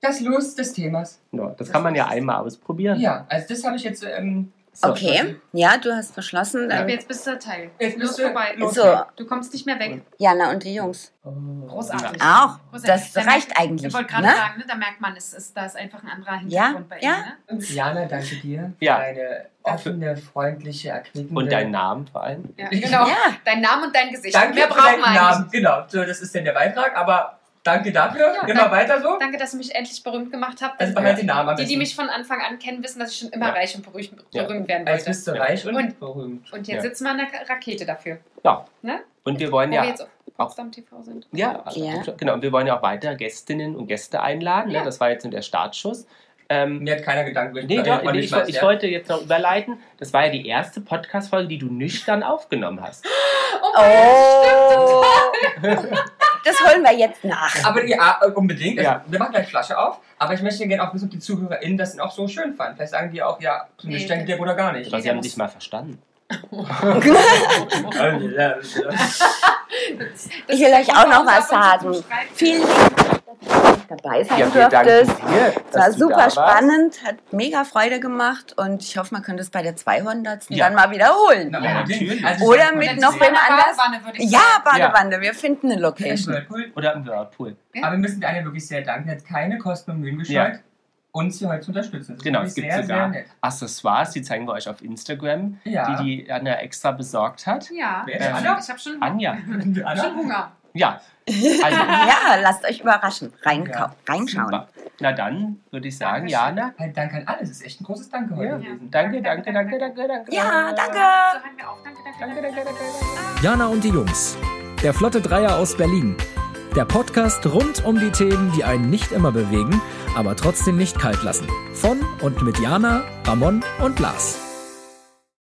S3: das Los des Themas.
S1: No, Genau, das kann man ja einmal ausprobieren.
S3: Ja, also das habe ich jetzt. Ähm,
S1: So.
S4: Okay, ja, du hast beschlossen.
S2: Aber
S4: Dann
S2: jetzt bist du der Teil.
S3: Jetzt bist
S2: Los
S3: du-
S2: vorbei.
S3: los.
S4: so,
S2: Du kommst nicht mehr weg.
S4: Jana und die Jungs.
S2: Großartig.
S4: Auch,
S2: Großartig.
S4: das
S2: Dann-
S4: reicht
S2: Ich
S4: eigentlich.
S2: wollte gerade
S4: Ne?
S2: sagen, ne, da merkt man, es ist, da ist einfach ein anderer
S4: Ja,
S2: Hintergrund bei
S4: ja.
S2: ihm. Ne?
S3: Jana, danke dir
S1: Ja.
S3: für deine offene, freundliche, erquickende.
S1: Und deinen Namen vor allem.
S2: Ja,
S3: Ja.
S2: genau.
S4: Ja,
S2: *laughs* Dein Name und dein Gesicht.
S3: Danke
S2: Mehr
S3: für
S2: brauchen
S3: deinen
S2: wir eigentlich.
S3: Namen. Genau, so, das ist denn der Beitrag, aber danke dafür.
S2: Ja,
S3: Immer
S2: danke.
S3: weiter so.
S2: Danke, dass ihr mich endlich berühmt gemacht habt.
S3: Also behalt den Namen am
S2: die, die
S3: besten.
S2: mich von Anfang an kennen, wissen, dass ich schon immer
S1: Ja.
S2: reich und berühmt,
S1: Ja.
S2: berühmt werden
S3: Als
S2: wollte.
S3: bist du
S1: Ja.
S3: reich und,
S2: Und-
S3: berühmt.
S2: Und jetzt
S1: Ja.
S2: sitzen wir an der Rakete dafür,
S1: Und wir wollen
S2: wo
S1: ja,
S2: wir jetzt auf Potsdam
S3: *laughs*
S2: TV sind.
S1: ja,
S4: Ja.
S1: genau, und wir wollen ja auch weiter Gästinnen und Gäste einladen.
S2: Ja.
S1: Ne? Das war jetzt nur der Startschuss. Ähm,
S3: Mir hat keiner Gedanken gemacht.
S1: Nee, doch,
S3: man
S1: nee,
S3: nicht
S1: ich,
S3: weiß,
S1: ich
S3: ja.
S1: wollte jetzt noch überleiten. Das war ja die erste Podcast-Folge, die du nüchtern aufgenommen hast.
S2: Oh,
S4: Oh. Das holen wir jetzt nach.
S3: Aber ja, unbedingt.
S1: Ja.
S3: Also, wir machen gleich Flasche auf, aber ich möchte gerne auch wissen, ob die ZuhörerInnen das denn auch so schön fanden. Vielleicht sagen die auch, ja, so eine
S2: Nee.
S3: Stänke der oder gar nicht.
S1: Oder sie
S2: der
S1: haben
S2: muss-
S1: dich mal verstanden.
S3: Ja, ja, ja.
S4: Ich will euch auch noch was sagen. Vielen Dank, dass du dabei sein durftest. Es war super spannend, hat mega Freude gemacht und ich hoffe, man könnte es bei der 200.
S1: Ja.
S4: dann mal wiederholen.
S3: Na,
S1: Ja,
S3: unbedingt.
S1: natürlich.
S3: Also, ich
S4: Oder
S3: sag mal,
S4: mit
S3: das
S4: noch
S3: ist
S4: wem anders?
S2: würde ich
S4: Ja,
S2: sagen.
S4: Badewanne, wir finden eine
S3: sehr-
S4: Location.
S3: sehr cool.
S1: Oder im Whirlpool.
S3: Aber wir müssen Daniel wirklich sehr danken. Er hat keine Kosten und Mühen gescheut, uns hier heute zu unterstützen. Das ist
S1: Genau,
S3: wirklich
S1: es gibt
S3: sehr,
S1: sogar
S3: sehr nett.
S1: Accessoires, die zeigen wir euch auf Instagram,
S3: Ja.
S1: die die Anna extra besorgt hat.
S2: Ja,
S3: Wer
S2: ich
S3: ist
S2: habe
S3: Anna?
S2: schon, ich hab schon,
S1: Anja,
S3: *laughs*
S2: schon Hunger.
S1: ja. Also,
S4: Ja, lasst euch überraschen. Reinkau
S3: Ja.
S4: reinschauen.
S1: super. Na dann würde ich sagen,
S2: Dankeschön.
S1: Jana.
S3: Halt Dank an alle. Es ist echt ein großes Danke heute
S1: Ja.
S3: gewesen.
S1: Danke, danke, danke, danke, danke.
S4: Ja, danke.
S2: So hören wir auf. Danke, danke, danke.
S1: Danke, danke, danke.
S5: Jana und die Jungs. Der Flotte Dreier aus Berlin. Der Podcast rund um die Themen, die einen nicht immer bewegen, aber trotzdem nicht kalt lassen. Von und mit Jana, Ramon und Lars.